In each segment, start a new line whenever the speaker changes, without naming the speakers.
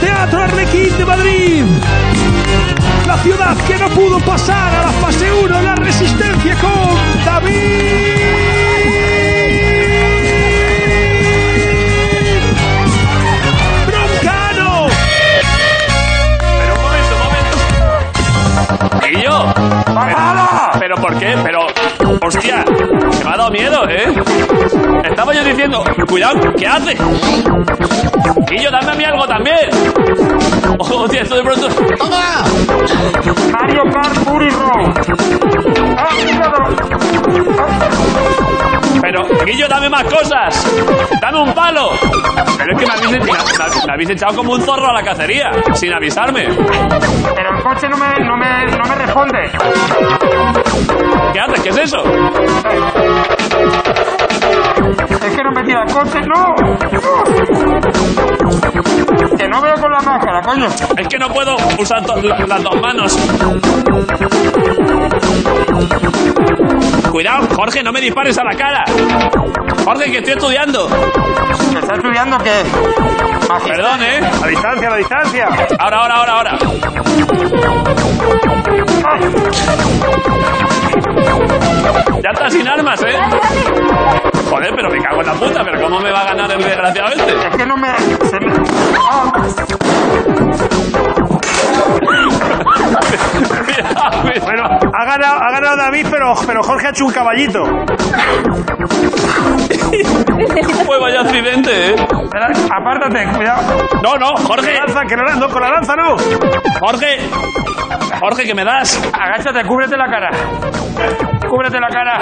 Teatro Arlequín de Madrid. La ciudad que no pudo pasar a la fase 1, la resistencia con David. Broncano.
Pero un momento, un momento. Guillo.
¡Bajala!
¿Pero por qué? Pero. Hostia, que me ha dado miedo, ¿eh? Estaba yo diciendo, cuidado, ¿qué haces? Guillo, dame a mí algo también. Oh, Hostia, esto de pronto.
¡Toma!
Mario Kart Fury Road. ¡Ah,
Pero, Guillo, dame más cosas. Dame un palo. Pero es que me habéis, me- me habéis echado como un zorro a la cacería, sin avisarme.
Pero el coche no me, no me, no me responde.
¿Qué haces? ¿Qué es eso?
Es que no me tira el coche, no. Que no veo con la máscara, coño.
Es que no puedo usar to- la- las dos manos. Cuidado, Jorge, no me dispares a la cara. Jorge, que estoy estudiando.
Que está estudiando que.
Perdón, ¿eh?
La distancia, la distancia.
Ahora, ahora, ahora, ahora. Ya está sin armas, ¿eh? Joder, pero me cago en la puta, pero ¿cómo me va a ganar el desgraciado este?
Es que no me. se me- Ah,
Bueno, ha ganado, ha ganado David, pero, pero Jorge ha hecho un caballito.
Fue vaya accidente, ¿eh?
Espera, Apártate, cuidado.
No, no,
Con
Jorge,
la lanza, que no, la- no, con la lanza no.
Jorge, Jorge, que me das.
agáchate, cúbrete la cara. Cúbrete la cara.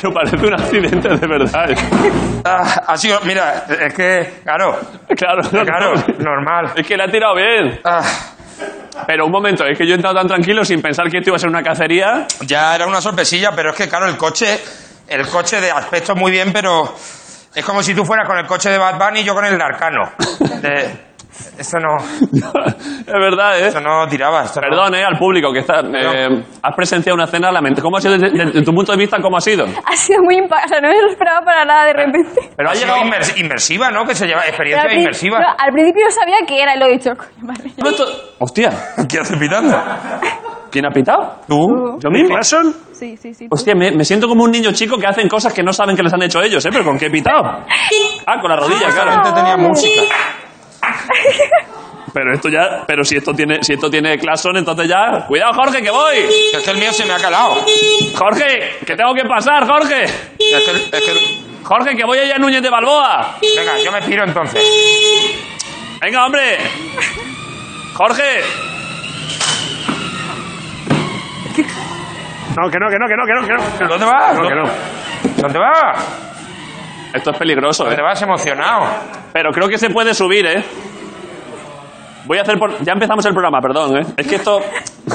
Pero parece un accidente de verdad.
Ah, ha sido. Mira, es que. Claro,
Claro,
claro,
claro.
normal.
Es que le ha tirado bien.
Ah,
Pero un momento, es que yo he entrado tan tranquilo sin pensar que esto iba a ser una cacería.
ya era una sorpresilla, pero es que, claro, el coche. El coche de aspecto muy bien, pero. Es como si tú fueras con el coche de Bad Bunny y yo con el de Arcano. De- Esto no.
es verdad, ¿eh?
Esto no tiraba. Esto no-
Perdón, ¿eh? Al público que está... eh, has presenciado una cena lamentable. ¿Cómo ha sido desde, desde tu punto de vista? ¿Cómo ha sido?
Ha sido muy impactante, o sea, no me lo esperaba para nada de repente.
Pero
ha
ha llegado
llegado-
inmers- inmersiva, ¿no? Que se lleva
Pero
experiencia
al prin-
inmersiva.
no, al principio no sabía qué era y lo he dicho. coño, vale.
No, esto- Hostia,
¿Qué haces pitando?
¿quién ha pitado?
¿Tú?
¿Yo mismo?
¿Mason?
Sí, sí, sí. tú.
Hostia, me, me siento como un niño chico que hacen cosas que no saben que les han hecho ellos, ¿eh? ¿Pero con qué he pitado? Ah, con la rodilla, claro.
Solamente tenía música.
Pero esto ya... Pero si esto tiene, si esto tiene claxon, entonces ya... ¡Cuidado, Jorge, que voy!
Es que el mío se me ha calado.
¡Jorge, que tengo que pasar, Jorge!
Es que, el- es que-
¡Jorge, que voy allá a Núñez de Balboa!
Venga, yo me piro entonces.
¡Venga, hombre! ¡Jorge!
No, que no, que no, que no, que no, que no.
¿Pero ¿Dónde vas?
No, que no.
¿Dónde vas?
Esto es peligroso, ¿eh?
¿Dónde vas emocionado?
Pero creo que se puede subir, ¿eh? Voy a hacer por... Ya empezamos el programa, perdón, ¿eh? Es que esto...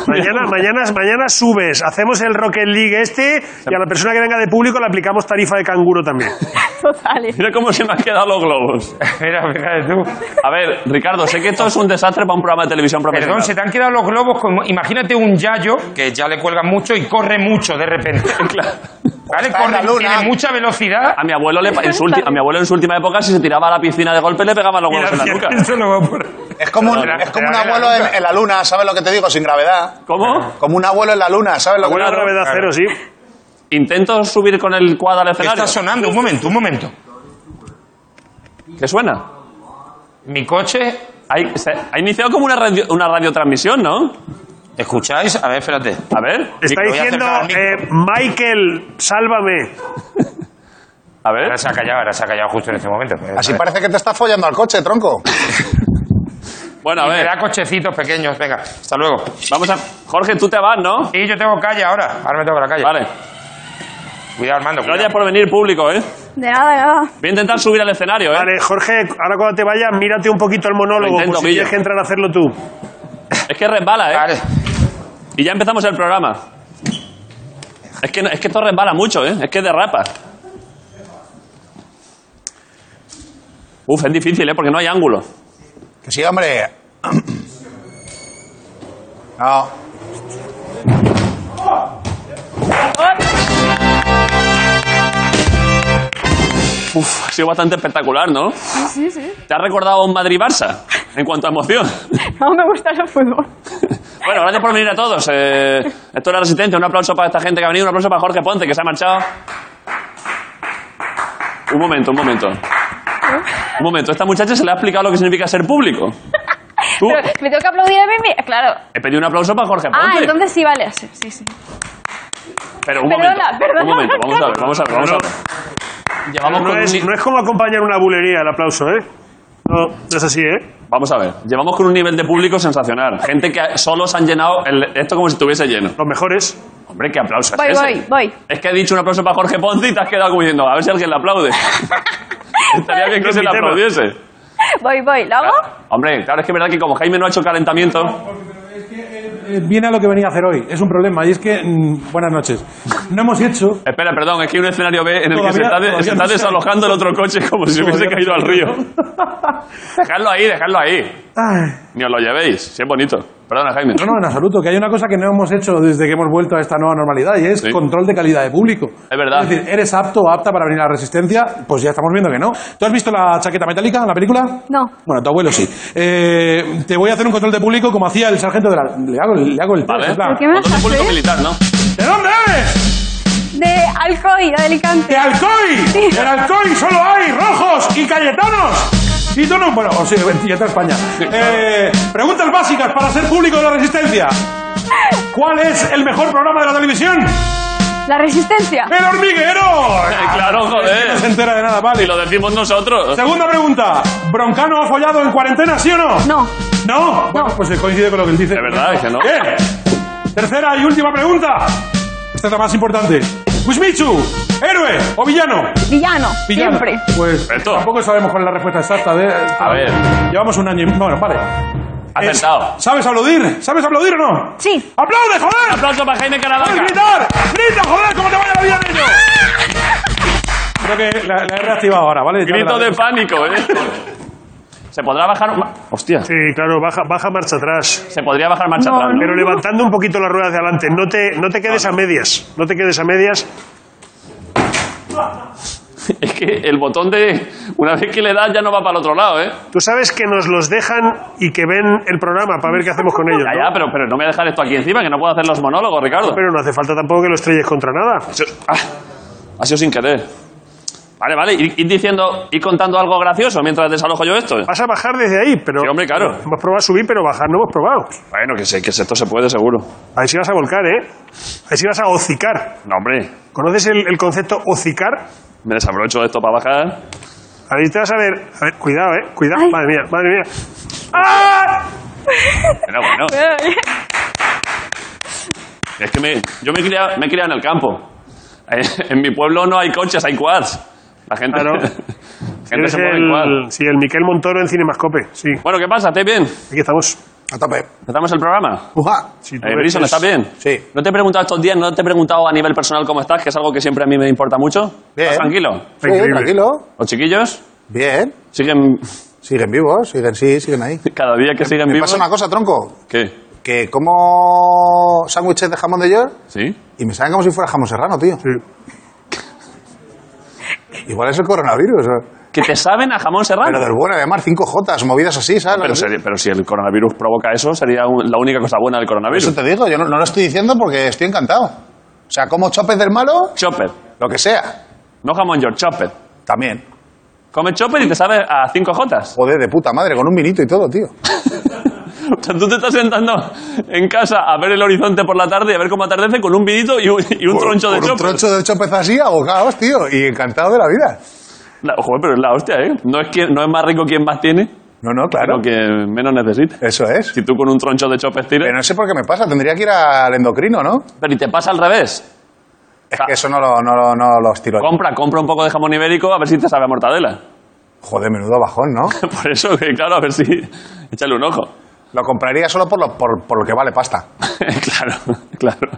Mañana, mañana, mañana subes, hacemos el Rocket League este y a la persona que venga de público le aplicamos tarifa de canguro también.
Total. eh.
Mira cómo se me han quedado los globos.
Mira, fíjate tú.
A ver, Ricardo, sé que esto es un desastre para un programa de televisión profesional.
Perdón, se te han quedado los globos como... Imagínate un yayo que ya le cuelgan mucho y corre mucho de repente.
Claro.
¿Vale?
en la
Corre,
luna.
tiene mucha velocidad.
A mi, abuelo le pa- en su ulti- a mi abuelo en su última época, si se tiraba a la piscina de golpe, le pegaban los huevos en la nuca.
Esto lo voy a poner.
Es como un,
Perdón,
es como un
perdón,
abuelo en,
perdón.
en la luna, ¿sabes lo que te digo? Sin gravedad.
¿Cómo?
Como un abuelo en la luna, ¿sabes lo que
Buena
te digo?
gravedad cero, sí.
Intento subir con el cuadro al
¿Qué
escenario.
está sonando? Un momento, un momento.
¿Qué suena?
Mi coche...
Ha, se- ha iniciado como una, radio- una radiotransmisión, ¿no?
¿Escucháis? A ver, espérate.
A ver.
Está
Micro, voy a
diciendo,
acercar al
eh, Michael, sálvame.
A ver.
Ahora se ha callado, ahora se ha callado justo en este momento.
Así parece que te estás follando al coche, tronco.
Bueno, a
Me
ver.
da cochecitos pequeños, venga, hasta luego.
Vamos a... Jorge, tú te vas, ¿no?
Y yo tengo calle ahora, ahora me toca la calle.
Vale.
Cuidado, Armando.
Gracias
Cuidado.
por venir, público, ¿eh?
De nada, de nada.
Voy a intentar subir al escenario, ¿eh?
Vale, Jorge, ahora cuando te vayas, mírate un poquito el monólogo,
Lo intento,
por si
Guille.
tienes que entrar a hacerlo tú.
Es que resbala, ¿eh?
Vale.
Y ya empezamos el programa. Es que, no- es que esto resbala mucho, ¿eh? Es que derrapa. Uf, es difícil, ¿eh? Porque no hay ángulo.
Que sí, hombre. No.
Uf, ha sido bastante espectacular, ¿no?
Sí, sí, sí.
¿Te has recordado a un Madrid-Barça en cuanto a emoción?
No me gusta el fútbol.
Bueno, gracias por venir a todos. Eh, esto es La Resistencia. Un aplauso para esta gente que ha venido. Un aplauso para Jorge Ponce, que se ha marchado. Un momento, un momento. Un momento. Esta muchacha se le ha explicado lo que significa ser público. Tú,
Pero, ¿Me tengo que aplaudir a mí misma? Claro.
he pedido un aplauso para Jorge Ponce.
Ah, entonces sí, vale. Sí, sí. sí.
Pero un
Perdona,
momento.
perdona.
Un momento. Vamos a ver, vamos a ver, vamos a ver. Llevamos
No
con un
es,
ni-
no es como acompañar una bulería el aplauso, ¿eh? No, no es así, ¿eh?
Vamos a ver, llevamos con un nivel de público sensacional. Gente que solo se han llenado el- esto como si estuviese lleno.
Los mejores.
Hombre, qué aplauso
Voy,
es ese.
voy, voy.
Es que he dicho un aplauso para Jorge Ponce y te has quedado como diciendo, a ver si alguien le aplaude. Estaría bien que se le
Invitemos.
aplaudiese.
Voy, voy. ¿Lo hago?
Hombre, claro, es que es verdad que como Jaime no ha hecho calentamiento,
Eh, Viene a lo que venía a hacer hoy. Es un problema. Y es que. mm, buenas noches. No hemos hecho.
Espera, perdón, es que hay un escenario B en el que
Todavía-
se está, de-
todavía
se
no
está
se ha-
desalojando el otro coche como si hubiese
Todavía
caído
no
al
se
río.
ha
dejadlo ahí, dejadlo ahí.
Ay,
Ni os lo llevéis, si es bonito. Perdona, Jaime.
Ah, no, no, en absoluto. Que hay una cosa que no hemos hecho desde que hemos vuelto a esta nueva normalidad y es
Sí.
control de calidad de público.
Es verdad.
Es decir, ¿eres apto o apta para venir a la resistencia? Pues ya estamos viendo que no. ¿Tú has visto la chaqueta metálica en la película?
No.
Bueno, tu abuelo sí. Eh, te voy a hacer un control de público como hacía el sargento de la. Le hago, le hago el test,
Vale.
en plan,
¿Pero qué me vas
Control
a
de público
hacer?
militar, ¿no? ¿eh?
¿De dónde eres?
De Alcoy, de Alicante.
¡De Alcoy! ¡En Alcoy solo hay rojos y cayetanos! Y tú no... Bueno, o sea, y otra España. Eh, preguntas básicas para ser público de la Resistencia. ¿Cuál es el mejor programa de la televisión?
La resistencia.
¡El hormiguero!
Eh, claro,
No se
joder.
entera de nada,
Y
vale.
lo decimos nosotros.
Segunda pregunta. ¿Broncano ha follado en cuarentena, sí o no?
No.
¿No? Bueno, pues eh, coincide con lo que él dice.
De verdad, es que no.
Bien. Tercera y última pregunta. Esta es la más importante. Wismichu, héroe o villano?
Villano.
Villano.
Siempre.
Pues
Perfecto.
tampoco sabemos cuál es la respuesta exacta. De, a
ver.
Llevamos un año y... Bueno, vale.
Acertado.
Es- ¿Sabes aplaudir? ¿Sabes aplaudir o no?
Sí.
¡Aplaude, joder!
aplauso para Jaime
¡Puedes
Caravaca.
gritar! ¡Grita, joder! ¿Cómo te vaya la vida, niño? Creo que la, la he reactivado ahora, ¿vale? Ya
Grito
la-
de pánico, ¿eh? Se podrá bajar. ma- Hostia.
Sí, claro, baja, baja marcha atrás.
Se podría bajar marcha atrás. ¿no?
Pero levantando un poquito la rueda hacia adelante. No te, no te quedes a medias. No te quedes a medias.
Es que el botón de. Una vez que le das, ya no va para el otro lado, ¿eh?
Tú sabes que nos los dejan y que ven el programa para ver qué hacemos con ellos.
Ya,
¿no?
ya, pero, pero no me voy a dejar esto aquí encima, que no puedo hacer los monólogos, Ricardo.
Pero no hace falta tampoco que lo estrelles contra nada.
Eso- ah, ha sido sin querer. Vale, vale, ir, ir diciendo, ir contando algo gracioso mientras desalojo yo esto.
Vas a bajar desde ahí, pero.
Sí, hombre, claro.
Hemos probado subir, pero bajar no hemos probado.
Bueno, que sé, que esto se puede seguro.
Ahí sí vas a volcar, ¿eh? Ahí sí vas a hocicar.
No, hombre,
¿Conoces el, el concepto hocicar?
me desabrocho esto para bajar.
Ahí te vas a ver. A ver, cuidado, ¿eh? Cuidado.
Ay.
Madre mía, madre mía. ¡Ah!
Pero bueno, es que me, yo me he, criado, me he criado en el campo. Eh, En mi pueblo no hay coches, hay quads. La gente,
Claro.
la gente
Eres
se mueve en quad.
el, sí, el Miquel Montoro en Cinemascope. Sí,
Bueno, ¿qué pasa? ¿Estáis bien?
aquí estamos.
A tope.
¿Empezamos el programa?
Ujá.
Sí, tú
Eh,
ves
Brison,
que
¿estás
es-
bien?
Sí.
No te he preguntado estos días, no te he preguntado a nivel personal cómo estás, que es algo que siempre a mí me importa mucho.
Bien.
¿Estás tranquilo?
Sí,
Increíble.
tranquilo.
¿Los chiquillos?
Bien.
Siguen
Siguen vivos, siguen sí, siguen ahí.
cada día que siguen
Me
vivos.
pasa una cosa, tronco.
¿Qué?
Que como sándwiches de jamón de york
¿Sí?
y me saben como si fuera jamón serrano, tío. Igual es el coronavirus. ¿eh?
¿Que te saben a jamón serrano?
Pero del bueno, además, 5J, movidas así, ¿sabes?
Pero sería- pero si el coronavirus provoca eso, sería un- la única cosa buena del
Eso
coronavirus.
te digo, yo no, no lo estoy diciendo porque estoy encantado. O sea, como chopes del malo,
Chopper.
lo que sea,
No jamón york, chopper.
también.
Come chopper y te sabe a 5 jotas.
Joder, de puta madre, con un vinito y todo, tío.
O sea, tú te estás sentando en casa a ver el horizonte por la tarde y a ver cómo atardece con un vinito y un, y un troncho de
Con
chopper.
Un troncho de chopes así, ahogados, tío, y encantado de la vida.
La- joder, pero es la hostia, ¿eh? No es, quien- no es más rico quien más tiene,
No, no,
sino
claro.
que menos necesita.
Eso es.
Si tú con un troncho de chopes tiras...
Pero no sé por qué me pasa, tendría que ir al endocrino, ¿no?
Pero y te pasa al revés. Ah.
Es que eso no lo, no, lo- no lo estiro.
Compra, compra un poco de jamón ibérico a ver si te sabe a mortadela.
Joder, menudo bajón, ¿no?
Por eso, que claro, a ver si... Échale un ojo.
Lo compraría solo por lo, por, por lo que vale pasta.
claro, claro.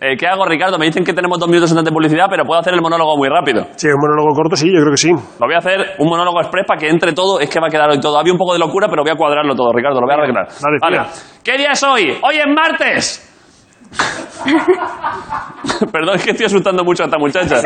Eh, ¿Qué hago, Ricardo? Me dicen que tenemos dos minutos antes de publicidad, pero puedo hacer el monólogo muy rápido.
Sí, un monólogo corto, sí, yo creo que sí.
Lo voy a hacer un monólogo express para que entre todo. Es que va a quedar hoy todo. Había un poco de locura, pero voy a cuadrarlo todo, Ricardo. Lo voy a arreglar.
dale, tira.
¿Qué día es hoy? ¡Hoy es martes! Perdón, es que estoy asustando mucho a esta muchacha.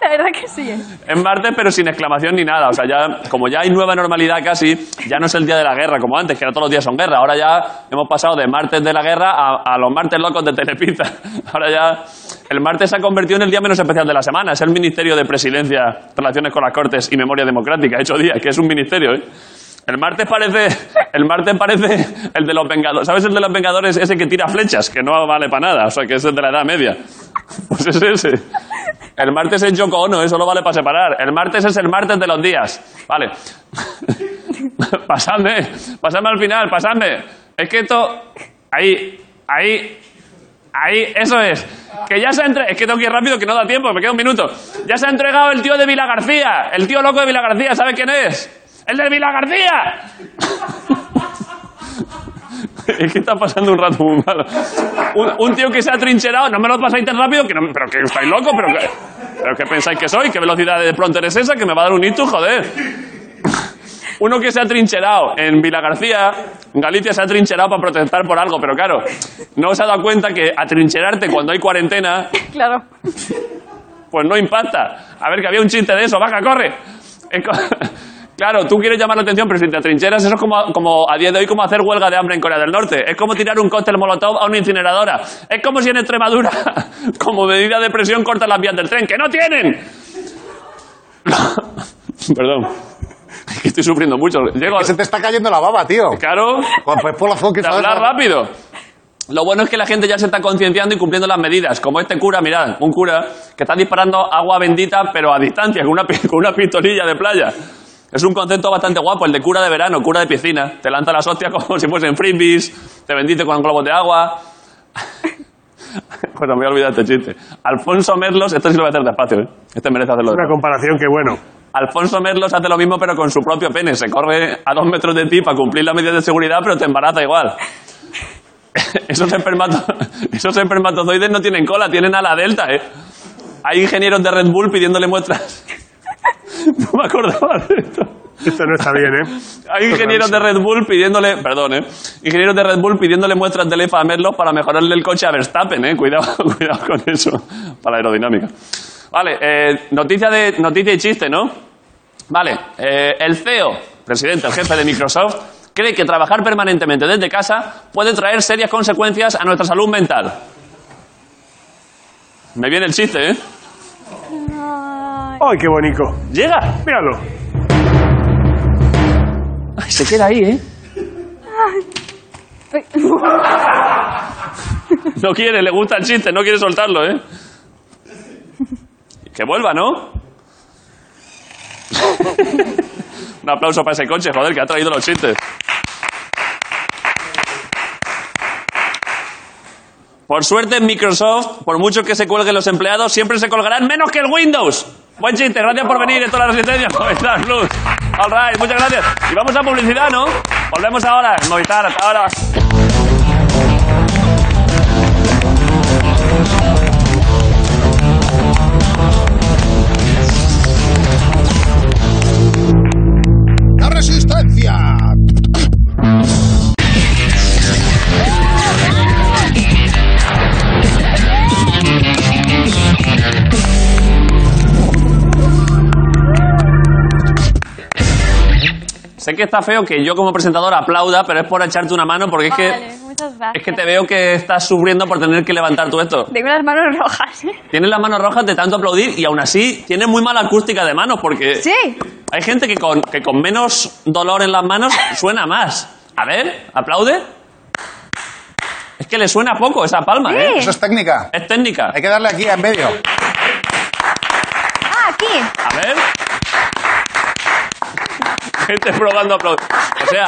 La verdad que sí. ¿eh?
Es martes, pero sin exclamación ni nada. O sea, ya, como ya hay nueva normalidad casi, ya no es el día de la guerra como antes, que era todos los días son guerra. Ahora ya hemos pasado de martes de la guerra a, a los martes locos de Telepizza. Ahora ya. El martes se ha convertido en el día menos especial de la semana. Es el Ministerio de Presidencia, Relaciones con las Cortes y Memoria Democrática. Hecho día, que es un ministerio, ¿eh? El martes parece. El martes parece el de los Vengadores. ¿Sabes el de los Vengadores? Ese que tira flechas, que no vale para nada. O sea, que ese es de la Edad Media. Pues es ese. El martes es Yoko Ono, eso no vale para separar. El martes es el martes de los días. Vale. pasadme, pasadme al final, pasadme. Es que esto. Ahí, ahí, ahí, eso es. Que ya se ha entre... Es que tengo que ir rápido, que no da tiempo, me queda un minuto. Ya se ha entregado el tío de Vila García, el tío loco de Vila García, ¿sabes quién es? ¡El de Vila García! Es que está pasando un rato muy malo. Un, un tío que se ha trincherado, no me lo pasáis tan rápido, que no- pero que estáis locos, pero que, pero que pensáis que soy, qué velocidad de pronter es esa, que me va a dar un hito, joder. Uno que se ha trincherado en Vila García, en Galicia se ha trincherado para protestar por algo, pero claro, no se ha dado cuenta que atrincherarte cuando hay cuarentena
Claro.
pues no impacta. A ver, que había un chiste de eso. Baja, corre. Es co- Claro, tú quieres llamar la atención, pero si te trincheras, eso es como, como a día de hoy como hacer huelga de hambre en Corea del Norte. Es como tirar un cóctel molotov a una incineradora. Es como si en Extremadura, como medida de presión, cortan las vías del tren, que no tienen. Perdón. Es que estoy sufriendo mucho. Llego a-
Que se te está cayendo la baba, tío.
Claro.
Juan, pues por la zona que
De hablar rápido. Lo bueno es que la gente ya se está concienciando y cumpliendo las medidas. Como este cura, mirad, un cura que está disparando agua bendita, pero a distancia, con una, pi- con una pistolilla de playa. Es un concepto bastante guapo, el de cura de verano, cura de piscina. Te lanza las hostias como si fuesen frisbees, te bendice con globos de agua. Bueno, me he olvidado este chiste. Alfonso Merlos, esto sí lo voy a hacer despacio, ¿eh? Este merece hacerlo
Una comparación que bueno.
Alfonso Merlos hace lo mismo pero con su propio pene. Se corre a dos metros de ti para cumplir las medidas de seguridad, pero te embaraza igual. Esos, espermato- esos espermatozoides no tienen cola, tienen ala delta, ¿eh? Hay ingenieros de Red Bull pidiéndole muestras. No me acordaba de esto.
Esto no está bien, ¿eh?
Hay ingenieros de Red Bull pidiéndole, perdón, eh, ingenieros de Red Bull pidiéndole muestras de lefa a Merlos para mejorarle el coche a Verstappen, eh, cuidado, cuidado con eso, para la aerodinámica. Vale, eh, noticia de noticia y chiste, ¿no? Vale, eh, el CEO, presidente, el jefe de Microsoft, cree que trabajar permanentemente desde casa puede traer serias consecuencias a nuestra salud mental. Me viene el chiste, ¿eh?
Ay,
¡Ay, qué bonito!
Llega.
Míralo.
Ay, se queda ahí, ¿eh?
pe-
No quiere, le gusta el chiste, no quiere soltarlo, ¿eh? Que vuelva, ¿no? Un aplauso para ese coche, joder, que ha traído los chistes. Por suerte en Microsoft, por mucho que se cuelguen los empleados, siempre se colgarán menos que el Windows. Buen chiste, gracias por venir, esto es la resistencia, Movistar Plus. All right, muchas gracias. Y vamos a publicidad, ¿no? Volvemos ahora, Movistar, hasta ahora.
¡La resistencia!
Sé que está feo que yo como presentador aplauda, pero es por echarte una mano porque es que,
Vale, muchas gracias.
es que te veo que estás sufriendo por tener que levantar tú esto.
Tengo las manos rojas, ¿eh?
Tienes las manos rojas de tanto aplaudir y aún así tienes muy mala acústica de manos porque
Sí.
hay gente que con, que con menos dolor en las manos suena más. A ver, aplaude. Es que le suena poco esa palma,
Sí.
¿eh?
Eso es técnica.
Es técnica.
Hay que darle aquí en medio.
Ah, aquí.
A ver. Gente probando aplausos. O sea,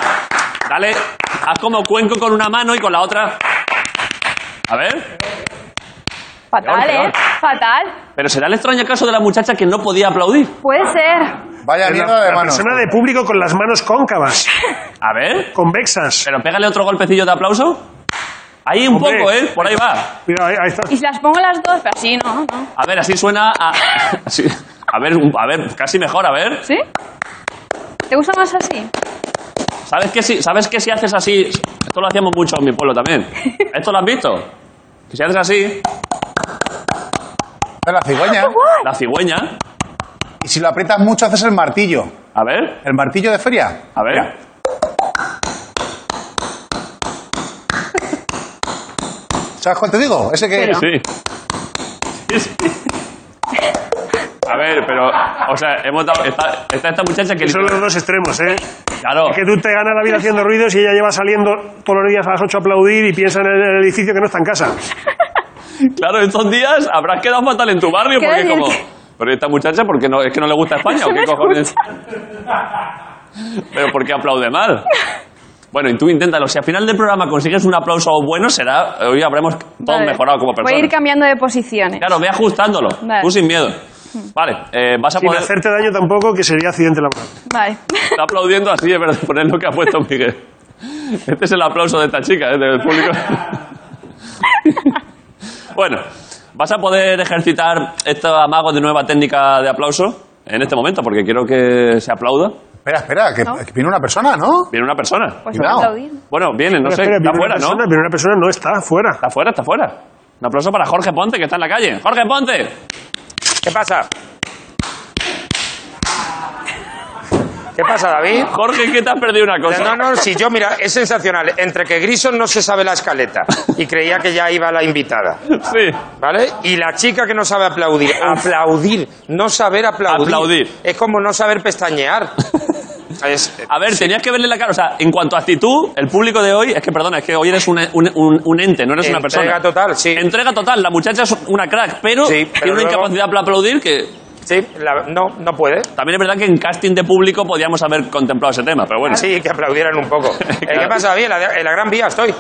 dale, haz como cuenco con una mano y con la otra. A ver.
Fatal,
Peor,
¿eh? Fatal.
Pero será el extraño caso de la muchacha que no podía aplaudir.
Puede ser.
Vaya
Es la,
mierda de
la
manos.
persona de público con las manos cóncavas,
A ver.
convexas.
Pero pégale otro golpecillo de aplauso. Ahí un
Hombre.
poco, ¿eh? Por ahí va.
Mira, ahí, ahí está.
Y si las pongo las dos, pero así no, ¿no?
A ver, así suena a... así- A ver, un- a ver, casi mejor, a ver.
¿Sí? ¿Te gusta más así?
¿Sabes que si, ¿Sabes que si haces así? Esto lo hacíamos mucho en mi pueblo también. ¿Esto lo has visto? Que si haces así,
De la cigüeña.
la cigüeña...
Y si lo aprietas mucho, haces el martillo.
A ver,
¿El martillo de feria?
a ver.
¿Sabes cuál te digo? Ese que.
Sí. Sí, sí. A ver, pero, o sea, hemos dado, está, está esta muchacha que...
Son los dos extremos, ¿eh?
Claro,
Es que tú te ganas la vida haciendo ruidos y ella lleva saliendo todos los días a las 8 a aplaudir y piensa en el, en el edificio que no está en casa.
claro, estos días habrás quedado fatal en tu barrio
Quiero
porque
decir
como...
que-
Pero esta muchacha, porque no, es que no le gusta España, ¿o
No
qué
me
cojones? Pero ¿por qué aplaude mal? Bueno, y tú inténtalo. Si al final del programa consigues un aplauso bueno, será... Hoy habremos todos
Vale.
mejorado como
Voy a ir
personas.
cambiando de posiciones.
Claro, ve ajustándolo.
Vale.
Tú sin miedo. Vale, eh, vas a
Sin
poder...
hacerte daño tampoco, que sería accidente laboral.
Vale.
Está aplaudiendo así, es verdad, por lo que ha puesto Miguel. Este es el aplauso de esta chica, ¿eh? del público. bueno, vas a poder ejercitar este amago de nueva técnica de aplauso en este momento, porque quiero que se aplauda.
Espera, espera, que,
¿No?
que viene una persona, ¿no?
Viene una persona.
Pues
Cuidado.
voy a aplaudir.
Bueno, viene, no sé,
Espera,
está
viene
fuera,
una persona,
¿no?
viene una persona, no está fuera.
Está fuera, está fuera. Un aplauso para Jorge Ponte, que está en la calle. ¡Jorge Ponte!
¿Qué pasa? ¿Qué pasa, David?
Jorge, que te has perdido una cosa.
No, no, si yo, mira, es sensacional. Entre que Grison no se sabe la escaleta y creía que ya iba la invitada,
Sí.
¿vale? Y la chica que no sabe aplaudir. Aplaudir, no saber aplaudir.
Aplaudir.
Es como no saber pestañear. Es-
A ver, tenías que verle la cara. O sea, en cuanto a actitud, el público de hoy, es que perdona, es que hoy eres un, un- un- un ente, no eres una
Entrega
persona.
total, sí.
Entrega total. La muchacha es una crack, pero,
Sí, pero
tiene una
luego-
incapacidad para aplaudir que.
sí, la- no, no puede.
También es verdad que en casting de público podíamos haber contemplado ese tema, pero bueno.
Sí, que aplaudieran un poco. Eh, ¿Qué
Claro.
pasa, David? En la, en la Gran Vía estoy.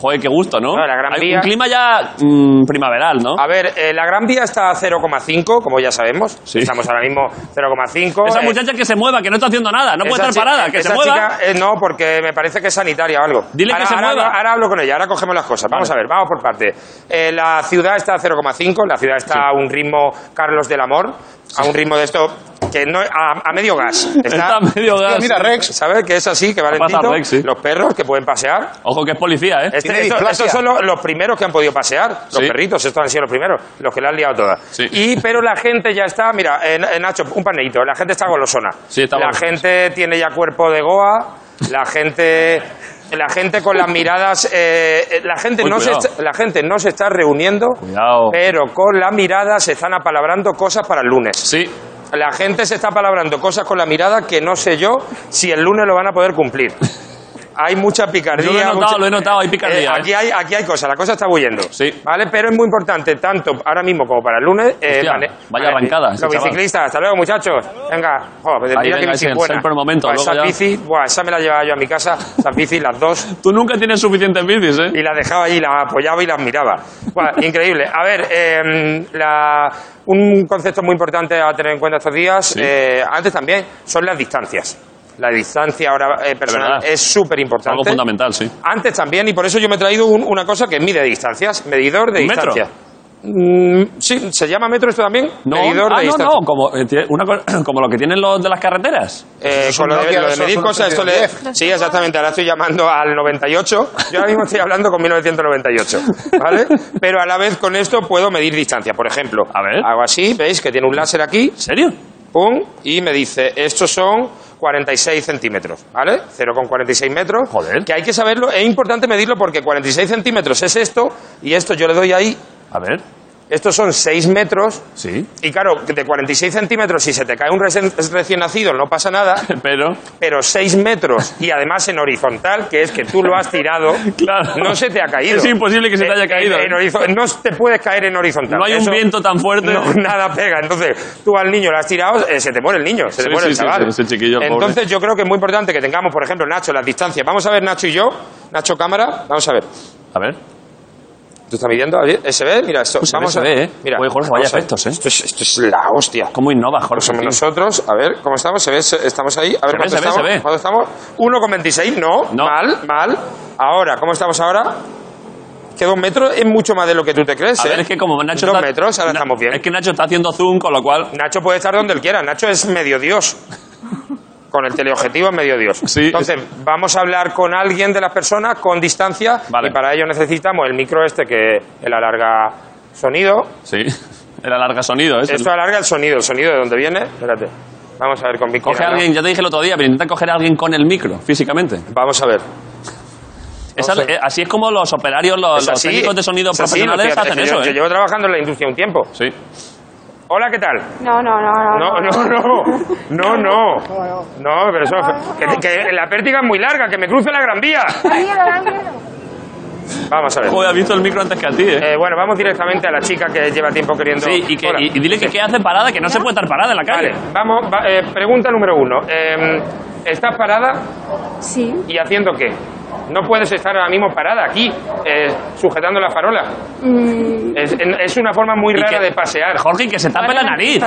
Joder, qué gusto, ¿no?
No, la Gran
Hay
Vía-
un clima ya mm, primaveral, ¿no?
A ver, eh, la Gran Vía está a 0,5, como ya sabemos.
Sí.
Estamos ahora mismo 0,5.
Esa
eh,
muchacha que se mueva, que no está haciendo nada, no puede
Esa
estar
chi-
parada, que
esa
se mueva.
chica, eh, no, porque me parece que es sanitaria o algo.
Dile que
ahora,
se
ahora
mueva.
hablo- ahora hablo con ella, ahora cogemos las cosas. Vamos
Vale.
a ver, vamos por parte. Eh, la ciudad está a 0,5, la ciudad está a un ritmo Carlos del Amor, a un ritmo de esto que no a, a medio gas.
Está medio gas.
mira, Rex.
¿Sabes que es así, que va
Pasa
lentito?
Rex, sí.
Los perros que pueden pasear.
Ojo que es policía, ¿eh?
Este-
Tiene
esto-
displasia.
estos son los, los primeros que han podido pasear, los
Sí.
perritos, estos han sido los primeros, los que la han liado todas.
Sí.
Y, pero la gente ya está, mira, eh, eh, Nacho, un paneíto, la gente está golosona.
Sí, está
la
golosona.
gente tiene ya cuerpo de goa, la gente... La gente con las miradas, eh, eh, la gente
Uy,
no se
cuidado.
está- la gente no se está reuniendo,
Cuidado.
pero con la mirada se están apalabrando cosas para el lunes.
Sí.
La gente se está palabrando cosas con la mirada que no sé yo si el lunes lo van a poder cumplir. Hay mucha picardía.
Yo lo he notado,
mucha-
lo he notado, hay picardía,
Eh, aquí,
¿eh?
hay, aquí hay cosas, la cosa está huyendo.
Sí.
¿Vale? Pero es muy importante, tanto para mismo como para el lunes. eh,
Hostia,
mane-
vaya arrancada
Los
ese chaval.
biciclistas, hasta luego, muchachos. Venga, joder,
Ahí,
mira
venga,
que bici
ese, el
buena.
super momento,
Buah,
luego
esas
ya.
bicis, buah, esa me la llevaba yo a mi casa, esas bicis, las dos
Tú nunca tienes suficientes bicis, ¿eh?
y las dejaba allí, las apoyaba y las miraba. Buah, increíble. A ver, eh, la- un concepto muy importante a tener en cuenta estos días, eh, antes también, son las distancias. La distancia ahora eh, personal
verdad.
es súper importante.
Algo fundamental, sí.
Antes también, y por eso yo me he traído un- una cosa que mide distancias, medidor de
¿Un metro?
distancia. Mm, sí, ¿se llama metro esto también?
No,
medidor
ah,
de
no,
distancia.
no, como, eh, tiene una co- como lo que tienen los de las carreteras.
Eh,
Son
con lo de,
Nokia,
lo de
son-
medir
son
cosas, esto le...
110.
Sí, exactamente, ahora estoy llamando al 98. Yo ahora mismo estoy hablando con 1998, ¿vale? Pero a la vez con esto puedo medir distancia, por ejemplo.
A ver.
Hago así, ¿veis? Que tiene un láser aquí,
¿En serio?
pum, y me dice, estos son 46 centímetros, ¿vale? 0,46 metros.
Joder.
Que hay que saberlo, es importante medirlo porque 46 centímetros es esto, y esto yo le doy ahí,
A ver.
estos son 6 metros,
Sí.
y claro, de 46 centímetros, si se te cae un recién- recién nacido, no pasa nada
Pero.
pero 6 metros y además en horizontal, que es que tú lo has tirado,
Claro.
no se te ha caído.
Es imposible que se te
En-
haya caído,
en-
¿eh?
en horizo- no te puedes caer en horizontal.
No hay un viento tan fuerte.
No, nada pega. Entonces, tú al niño lo has tirado, eh, se te muere el niño, se
Sí,
te muere
sí,
el
sí,
chaval.
sí, ese chiquillo, el pobre.
Entonces, yo creo que es muy importante que tengamos, por ejemplo, Nacho, las distancias. Vamos a ver, Nacho y yo, Nacho cámara, vamos a ver.
A ver.
¿Tú estás midiendo? ¿Se ve? Mira esto.
Uy, se ve,
vamos
se
a
ve, ¿eh?
Mira,
Oye, Jorge,
vamos
vaya
a ver.
efectos, ¿eh?
Esto es, esto es la hostia.
¿Cómo innova, Jorge?
Pues Somos
tío?
nosotros, a ver, ¿cómo estamos? ¿Se ve? Se- ¿Estamos ahí? A
Se
ver,
ve,
¿cuánto
se ve,
estamos?
se ve.
¿Cuánto estamos? 1,26, no,
No.
mal, mal. Ahora, ¿cómo estamos ahora? Que dos metros es mucho más de lo que tú te crees,
A
¿eh?
ver, es que como Nacho.
Dos
está-
metros, ahora
Na-
estamos bien.
Es que Nacho está haciendo zoom, con lo cual.
Nacho puede estar donde él quiera, Nacho es medio dios. Con el teleobjetivo es medio dios.
Sí.
Entonces, vamos a hablar con alguien de las personas con distancia
Vale.
y para ello necesitamos el micro este que el alarga sonido.
Sí. El alarga sonido, ¿eh?
Esto alarga el sonido. ¿El sonido de dónde viene? Espérate. Vamos a ver con mi
Coge a
quién hablo.
alguien, ya te dije el otro día, pero intenta coger a alguien con el micro, físicamente.
Vamos a ver.
Esa-
Vamos a ver.
eh, así es como los operarios, los,
Es
los
así,
técnicos de sonido
es así,
profesionales
fíjate,
hacen
que
eso,
yo, yo
¿eh?
llevo trabajando en la industria un tiempo.
Sí.
Hola, ¿qué tal?
No, no, no, no.
No, no, no. No, no. No, pero eso. Que, que la pértiga es muy larga, que me cruce la gran vía. Vamos a ver.
Joder, has visto el micro antes que a ti, ¿eh?
Eh, bueno, vamos directamente a la chica que lleva tiempo queriendo.
Sí, y, que,
Hola.
y, y dile que qué hace parada, que no se puede estar parada en la calle.
Vale, vamos. va- eh, pregunta número uno. Eh, ¿Estás parada
Sí.
y haciendo qué? No puedes estar ahora mismo parada aquí, eh, sujetando la farola.
Mm.
Es, en- es una forma muy
Y
rara
que-
de pasear.
Jorge, que se tape la nariz.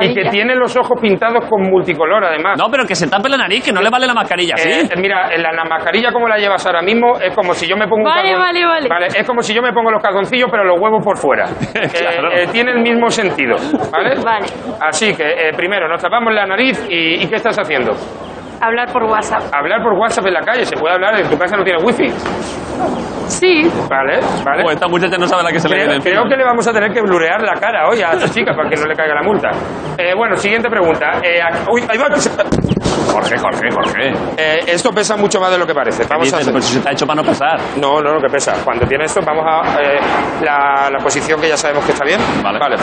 Y que tiene los ojos pintados con multicolor, además.
No, pero que se tape la nariz, que no le vale la mascarilla, ¿sí?
Eh, mira, en la, la mascarilla como la llevas ahora mismo es como si yo me pongo
Vale,
un
vale, vale.
Es como si yo me pongo los calzoncillos pero los huevos por fuera. Eh,
Claro.
eh, tiene el mismo sentido, ¿vale?
Vale.
Así que eh, primero nos tapamos la nariz y, ¿y ¿qué estás haciendo?
Hablar por WhatsApp.
Hablar por WhatsApp en la calle, se puede hablar, en tu casa no tiene wifi,
Sí.
¿vale? Vale.
Pues esta muchacha no sabe la que se le viene
Creo,
encima.
creo que le vamos a tener que blurear la cara hoy a esta chica para que no le caiga la multa. Eh, bueno, siguiente pregunta. Eh, a- uy, ahí va.
Jorge, Jorge, Jorge.
Eh, esto pesa mucho más de lo que parece. Vamos a
Dices,
hacer...
pues si se te ha hecho para no pasar.
No, no, lo que pesa. Cuando tiene esto, vamos a eh, la, la posición que ya sabemos que está bien.
Vale.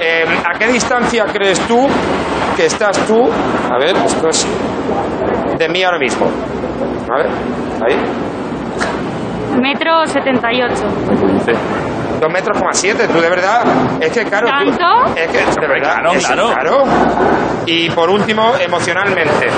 Eh, ¿A qué distancia crees tú que estás tú? A ver, esto es de mí ahora mismo. A ver, ahí.
Metro 78.
2 metros coma siete, tú de verdad. Es que claro. tú-
¿Tanto?
es que de verdad.
claro,
es-
claro.
Y por último, emocionalmente.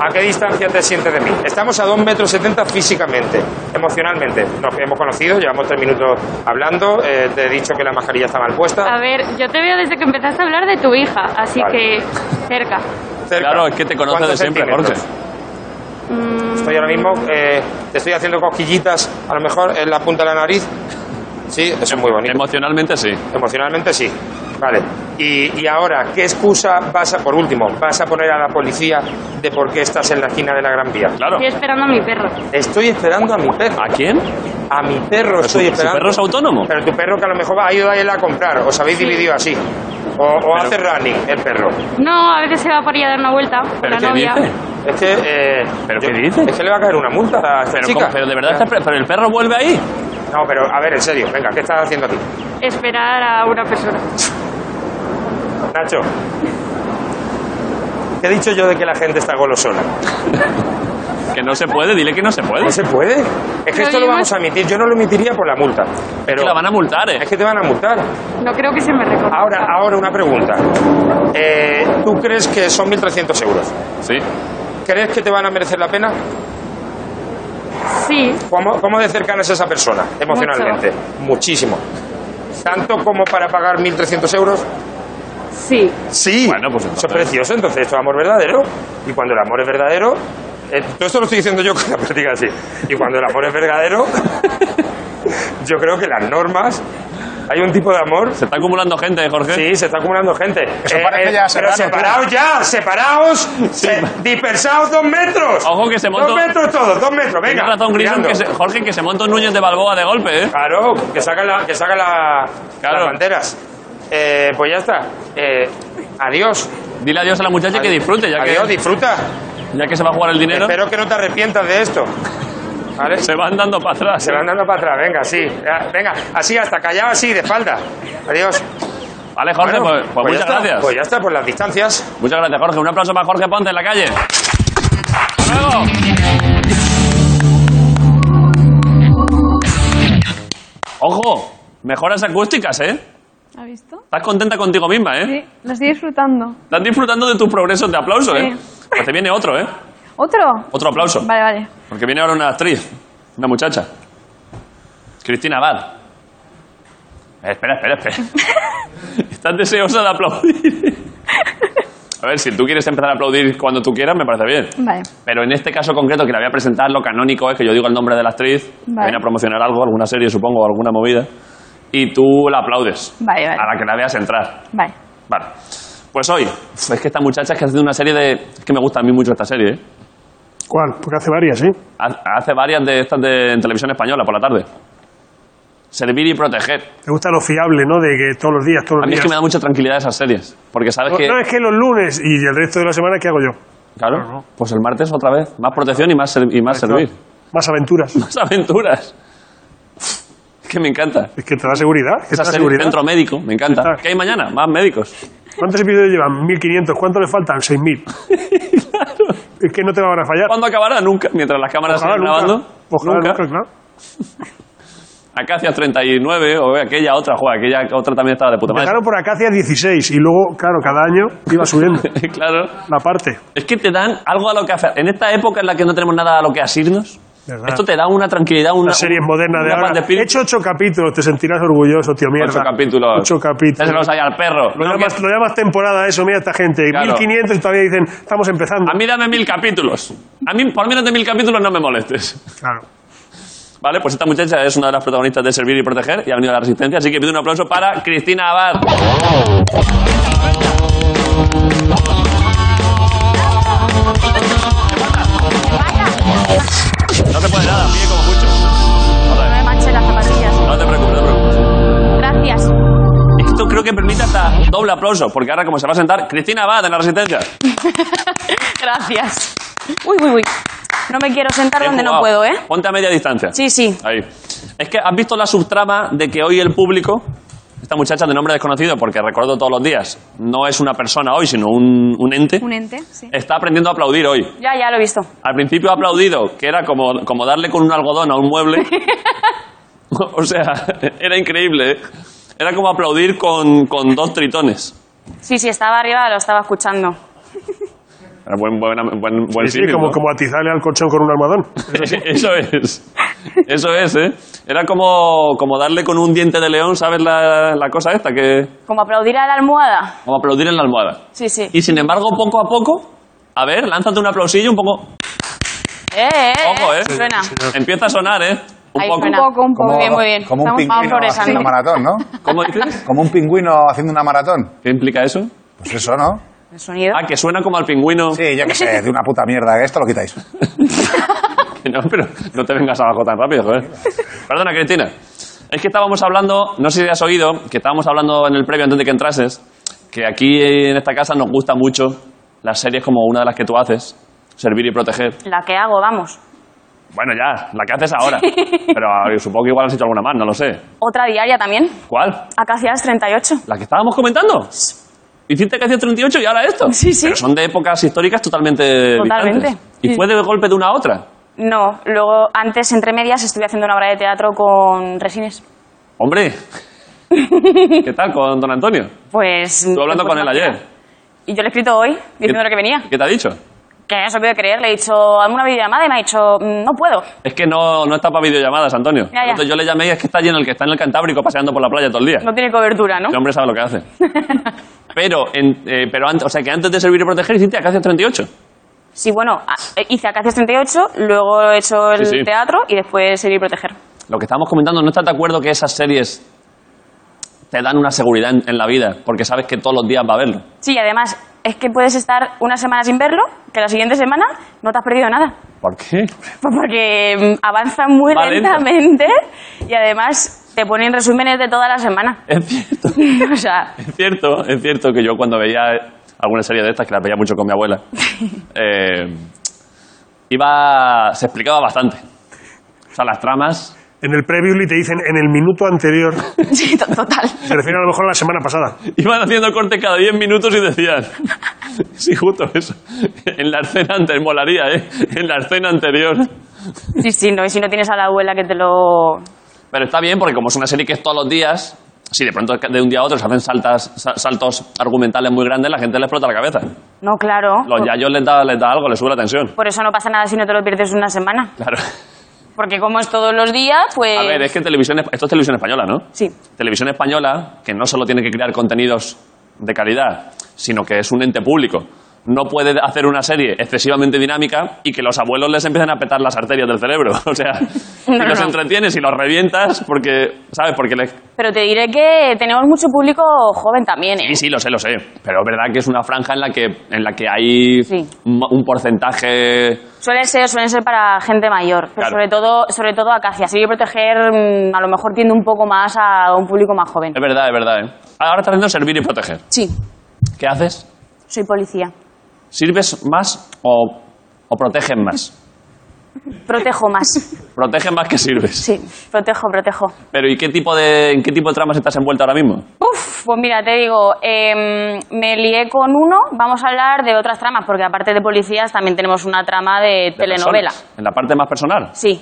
¿A qué distancia te sientes de mí? Estamos a 2 metros 70 físicamente, emocionalmente. Nos hemos conocido, llevamos tres minutos hablando. eh, te he dicho que la mascarilla está mal puesta.
A ver, yo te veo desde que empezaste a hablar de tu hija, así
Vale.
que cerca.
Cerca.
Claro, es que te conoce
¿Cuántos
de siempre, Jorge.
centímetros? Estoy ahora mismo, eh, te estoy haciendo cosquillitas, a lo mejor en la punta de la nariz. Sí, eso es muy bonito.
Emocionalmente sí.
Emocionalmente sí. Vale. Y, y ahora, ¿qué excusa vas a, por último, vas a poner a la policía de por qué estás en la esquina de la Gran Vía?
Claro.
Estoy esperando a mi perro.
Estoy esperando a mi perro.
¿A quién? Ah.
A mi perro estoy
¿Su
esperando.
perro es autónomo?
Pero tu perro que a lo mejor ha ido a él a comprar, os habéis dividido así. O, o hace running el perro.
No, a veces se va por ahí a dar una vuelta con
¿Pero
la
qué
novia.
dice?
Es que. eh,
¿Pero qué dices?
Es que le va a caer una multa a esta
Pero,
chica.
¿cómo? pero de verdad, estás pre- pero el perro vuelve ahí.
No, pero a ver, en serio, venga, ¿qué estás haciendo aquí?
Esperar a una persona.
Nacho. ¿Qué he dicho yo de que la gente está golosona?
Que no se puede, dile que no se puede.
No se puede. Es que
Lo
esto lo
mismo
vamos
es-
a emitir. Yo no lo emitiría por la multa. Pero
Que la van a multar, eh.
es que te van a multar.
No creo que se me reconozca.
Ahora, ahora una pregunta. Eh, ¿Tú crees que son 1.300 euros?
Sí.
¿Crees que te van a merecer la pena?
Sí,
¿Cómo, cómo de cercana es esa persona emocionalmente? Muchísimo. ¿Tanto como para pagar 1.300 euros?
sí.
Sí.
Bueno, pues
Eso es
entonces-
precioso. Entonces, esto es amor verdadero. Y cuando el amor es verdadero... eh, todo esto lo estoy diciendo yo con la práctica así. Y cuando el amor es verdadero... yo creo que las normas... Hay un tipo de amor
Se está acumulando gente, eh, Jorge.
Sí, se está acumulando gente. Eh,
Eso parece ya
pero
serrano,
separaos ya, separaos, se- dispersaos dos metros.
Ojo que se monta-
Dos metros todos, dos metros, venga.
Tienes razón, Grison,
tirando.
que se- Jorge, que se monta un Núñez de Balboa de golpe, ¿eh?
Claro, que saca, la, que saca la,
Claro.
las banderas. Eh, pues ya está. Eh, adiós.
Dile adiós a la muchacha y que disfrute, ya
adiós,
que,
disfruta.
ya que se va a jugar el dinero.
Espero que no te arrepientas de esto. ¿Vale?
Se van dando para atrás.
Se van dando para atrás, venga, sí. Ya, Venga, así, hasta callado así, de espalda. Adiós.
Vale, Jorge,
Bueno,
pues, pues
ya
muchas
está.
gracias.
Pues ya está, por las distancias.
Muchas gracias, Jorge. Un aplauso para Jorge Ponte en la calle. ¡Hasta luego! Ojo, mejoras acústicas, ¿eh?
¿Has visto?
Estás contenta contigo misma, ¿eh?
Sí, lo estoy disfrutando.
Estás disfrutando de tus progresos de aplauso, ¿eh?
Sí.
Pues te viene otro, ¿eh?
¿Otro?
Otro aplauso.
Vale, vale.
Porque viene ahora una actriz, una muchacha. Cristina Abad. Eh, Espera, espera, espera. Estás deseosa de aplaudir. A ver, si tú quieres empezar a aplaudir cuando tú quieras, me parece bien.
Vale.
Pero en este caso concreto que la voy a presentar, lo canónico es que yo digo el nombre de la actriz,
Vale.
viene a promocionar algo, alguna serie supongo, o alguna movida, y tú la aplaudes.
Vale, vale.
A la que la veas entrar.
Vale.
Vale. Pues hoy, es que esta muchacha es que hace una serie de... Es que me gusta a mí mucho esta serie, ¿eh?
¿Cuál? Porque hace varias, ¿eh?
Ha- Hace varias de estas de, en televisión española por la tarde. servir y proteger.
Te gusta lo fiable, ¿no? De que todos los días, todos los
A mí
días.
es que me da mucha tranquilidad esas series, porque sabes que...
Pues No, es que los lunes y el resto de la semana, ¿qué hago yo?
Claro, pues el martes otra vez, más protección y más, ser- y más servir,
Más aventuras.
más aventuras. Es que me encanta.
Es que te da seguridad. es que te
Esa
da
serie,
seguridad.
centro médico, me encanta.
Está.
¿Qué hay mañana? Más médicos.
¿Cuántos episodios llevan? 1500. ¿Cuánto le faltan? 6000. Es que no te van a fallar.
¿Cuándo acabará? Nunca. Mientras las cámaras
Ojalá
están
nunca.
grabando.
Ojalá
nunca.
nunca, claro.
Acacias 39, o aquella otra, juega, aquella otra también estaba de puta madre.
Dejaron por Acacia 16 y luego, claro, cada año iba subiendo
claro.
la parte.
Es que te dan algo a lo que hacer. En esta época en la que no tenemos nada a lo que asirnos,
¿Verdad?
esto te da una tranquilidad, una.
Las series modernas de
una
ahora.
paz de
He
espíritu.
hecho ocho capítulos, te sentirás orgulloso, tío mierda.
Ocho capítulos.
Ocho
Déselos
capítulos.
ahí al perro.
Lo
No, que-
llamas, lo llamas temporada eso, mira esta gente.
Claro.
1500 y todavía dicen, estamos empezando.
A mí dame mil capítulos. A mí, por menos de mil capítulos no me molestes.
Claro.
Vale, pues esta muchacha es una de las protagonistas de Servir y Proteger y ha venido a la Resistencia, así que pido un aplauso para Cristina Abad. No te puede nada, pide como mucho.
No me manché las zapatillas.
No te preocupes, no te preocupes.
Gracias.
Esto creo que permite hasta doble aplauso, porque ahora como se va a sentar Cristina Abad en la Resistencia.
Gracias. Uy, uy, uy. No me quiero sentar donde no
Bien jugado.
puedo, ¿eh?
Ponte a media distancia.
Sí, sí.
Ahí. Es que has visto la subtrama de que hoy el público, esta muchacha de nombre desconocido, porque recuerdo todos los días, no es una persona hoy, sino un, un ente,
Un ente, sí.
está aprendiendo a aplaudir hoy.
Ya, ya lo he visto.
Al principio ha aplaudido, que era como, como darle con un algodón a un mueble. o sea, era increíble. ¿eh? Era como aplaudir con, con dos tritones.
Sí, sí, estaba arriba, lo estaba escuchando.
Era buen, buena- buen, buen
Sí,
símil,
como,
¿no?
como atizarle al colchón con un almohadón.
Eso es. Eso es, ¿eh? Era como, como darle con un diente de león, ¿sabes la, la cosa esta? Que,
Como aplaudir a la almohada.
como aplaudir en la almohada.
Sí, sí.
Y sin embargo, poco a poco, a ver, lánzate un aplausillo un poco.
Eh, eh,
Ojo, ¿eh?
Suena.
Empieza a sonar, ¿eh? Un
Ahí
poco.
suena.
Un poco, un poco.
Muy bien, muy bien.
Como un
Estamos- vamos
pingüino haciendo
progresando.
una maratón, ¿no?
¿Cómo dices?
Como un pingüino haciendo una maratón.
¿Qué implica eso?
Pues eso, ¿no?
El sonido.
Ah, que suena como al pingüino.
Sí, yo qué sé, de una puta mierda. Esto lo quitáis.
No, pero no te vengas abajo tan rápido, joder. Perdona, Cristina. Es que estábamos hablando, no sé si has oído, que estábamos hablando en el previo antes de que entrases, que aquí en esta casa nos gusta mucho las series como una de las que tú haces, Servir y Proteger.
La que hago, vamos.
Bueno, ya, la que haces ahora. Pero ah, supongo que igual has hecho alguna más, no lo sé.
Otra diaria también.
¿Cuál?
Acacias 38.
¿La que estábamos comentando? Hiciste que hacías 38 y ahora esto.
Sí, sí.
Pero son de épocas históricas totalmente
Totalmente.
distantes. Y
Sí.
fue de golpe de una a otra.
No, luego antes, entre medias, estuve haciendo una obra de teatro con resines.
Hombre, ¿qué tal con don Antonio?
Pues.
Estuve hablando
pues,
con él
no,
ayer.
Y yo le he escrito hoy, diciendo lo que venía.
¿Qué te ha dicho?
Que no se puede creer, le he dicho alguna videollamada y me ha dicho, "Mm, no puedo.
Es que no, no está para videollamadas, Antonio.
Ya, ya.
Entonces yo le llamé y es que está allí en el que está en el Cantábrico paseando por la playa todo el día.
No tiene cobertura, ¿no?
El hombre sabe lo que hace. Pero, en- eh, pero antes, o sea, que antes de servir y proteger hiciste Acacias 38.
Sí, bueno, a- eh, hice Acacias 38, luego he hecho el
Sí, sí.
teatro y después seguir proteger.
Lo que estábamos comentando, ¿no estás de acuerdo que esas series te dan una seguridad en, en la vida? Porque sabes que todos los días va a verlo.
Sí, y además es que puedes estar una semana sin verlo, que la siguiente semana no te has perdido nada.
¿Por qué?
Pues porque mm, avanza muy
Va lento.
lentamente y además te ponen resúmenes de toda la semana.
Es cierto.
o sea,
Es cierto, es cierto que yo cuando veía alguna serie de estas, que la veía mucho con mi abuela, eh, iba, se explicaba bastante. O sea, las tramas...
En el previously te dicen en el minuto anterior.
sí, to- total.
Se refiere a lo mejor a la semana pasada.
Iban haciendo cortes cada 10 minutos y decían... Sí, justo eso. En la escena anterior, molaría, ¿eh? En la escena anterior.
Sí, sí, no, y si no tienes a la abuela que te lo...
Pero está bien porque como es una serie que es todos los días, si de pronto de un día a otro se hacen saltas, sa- saltos argumentales muy grandes, la gente le explota la cabeza.
No, claro.
Los yayos les da, les da algo, les sube la tensión.
Por eso no pasa nada si no te lo pierdes una semana.
Claro.
Porque como es todos los días, pues...
A ver, es que televisión... esp- Esto es televisión española, ¿no?
Sí.
Televisión Española, que no solo tiene que crear contenidos de calidad, sino que es un ente público. no puede hacer una serie excesivamente dinámica y que los abuelos les empiecen a petar las arterias del cerebro. O sea, si
No,
los
no.
entretienes y los revientas porque, ¿sabes? Porque les...
Pero te diré que tenemos mucho público joven también, ¿eh?
Sí, sí, lo sé, lo sé. Pero es verdad que es una franja en la que, en la que hay
Sí.
un, un porcentaje...
Suelen ser, suelen ser para gente mayor, pero
Claro.
sobre todo, sobre todo acacia. Sí, proteger mm, a lo mejor tiende un poco más a un público más joven.
Es verdad, es verdad. ¿eh? Ahora estás haciendo servir y proteger.
Sí,
¿Qué haces?
soy policía.
¿Sirves más o, o proteges más?
Protejo más.
Proteges más que sirves.
Sí, protejo, protejo.
Pero ¿y qué tipo de, en qué tipo de tramas estás envuelta ahora mismo?
Uf, pues mira, te digo, em, me lié con uno, vamos a hablar de otras tramas, porque aparte de policías también tenemos una trama de,
De
telenovela.
personas, en la parte más personal.
Sí.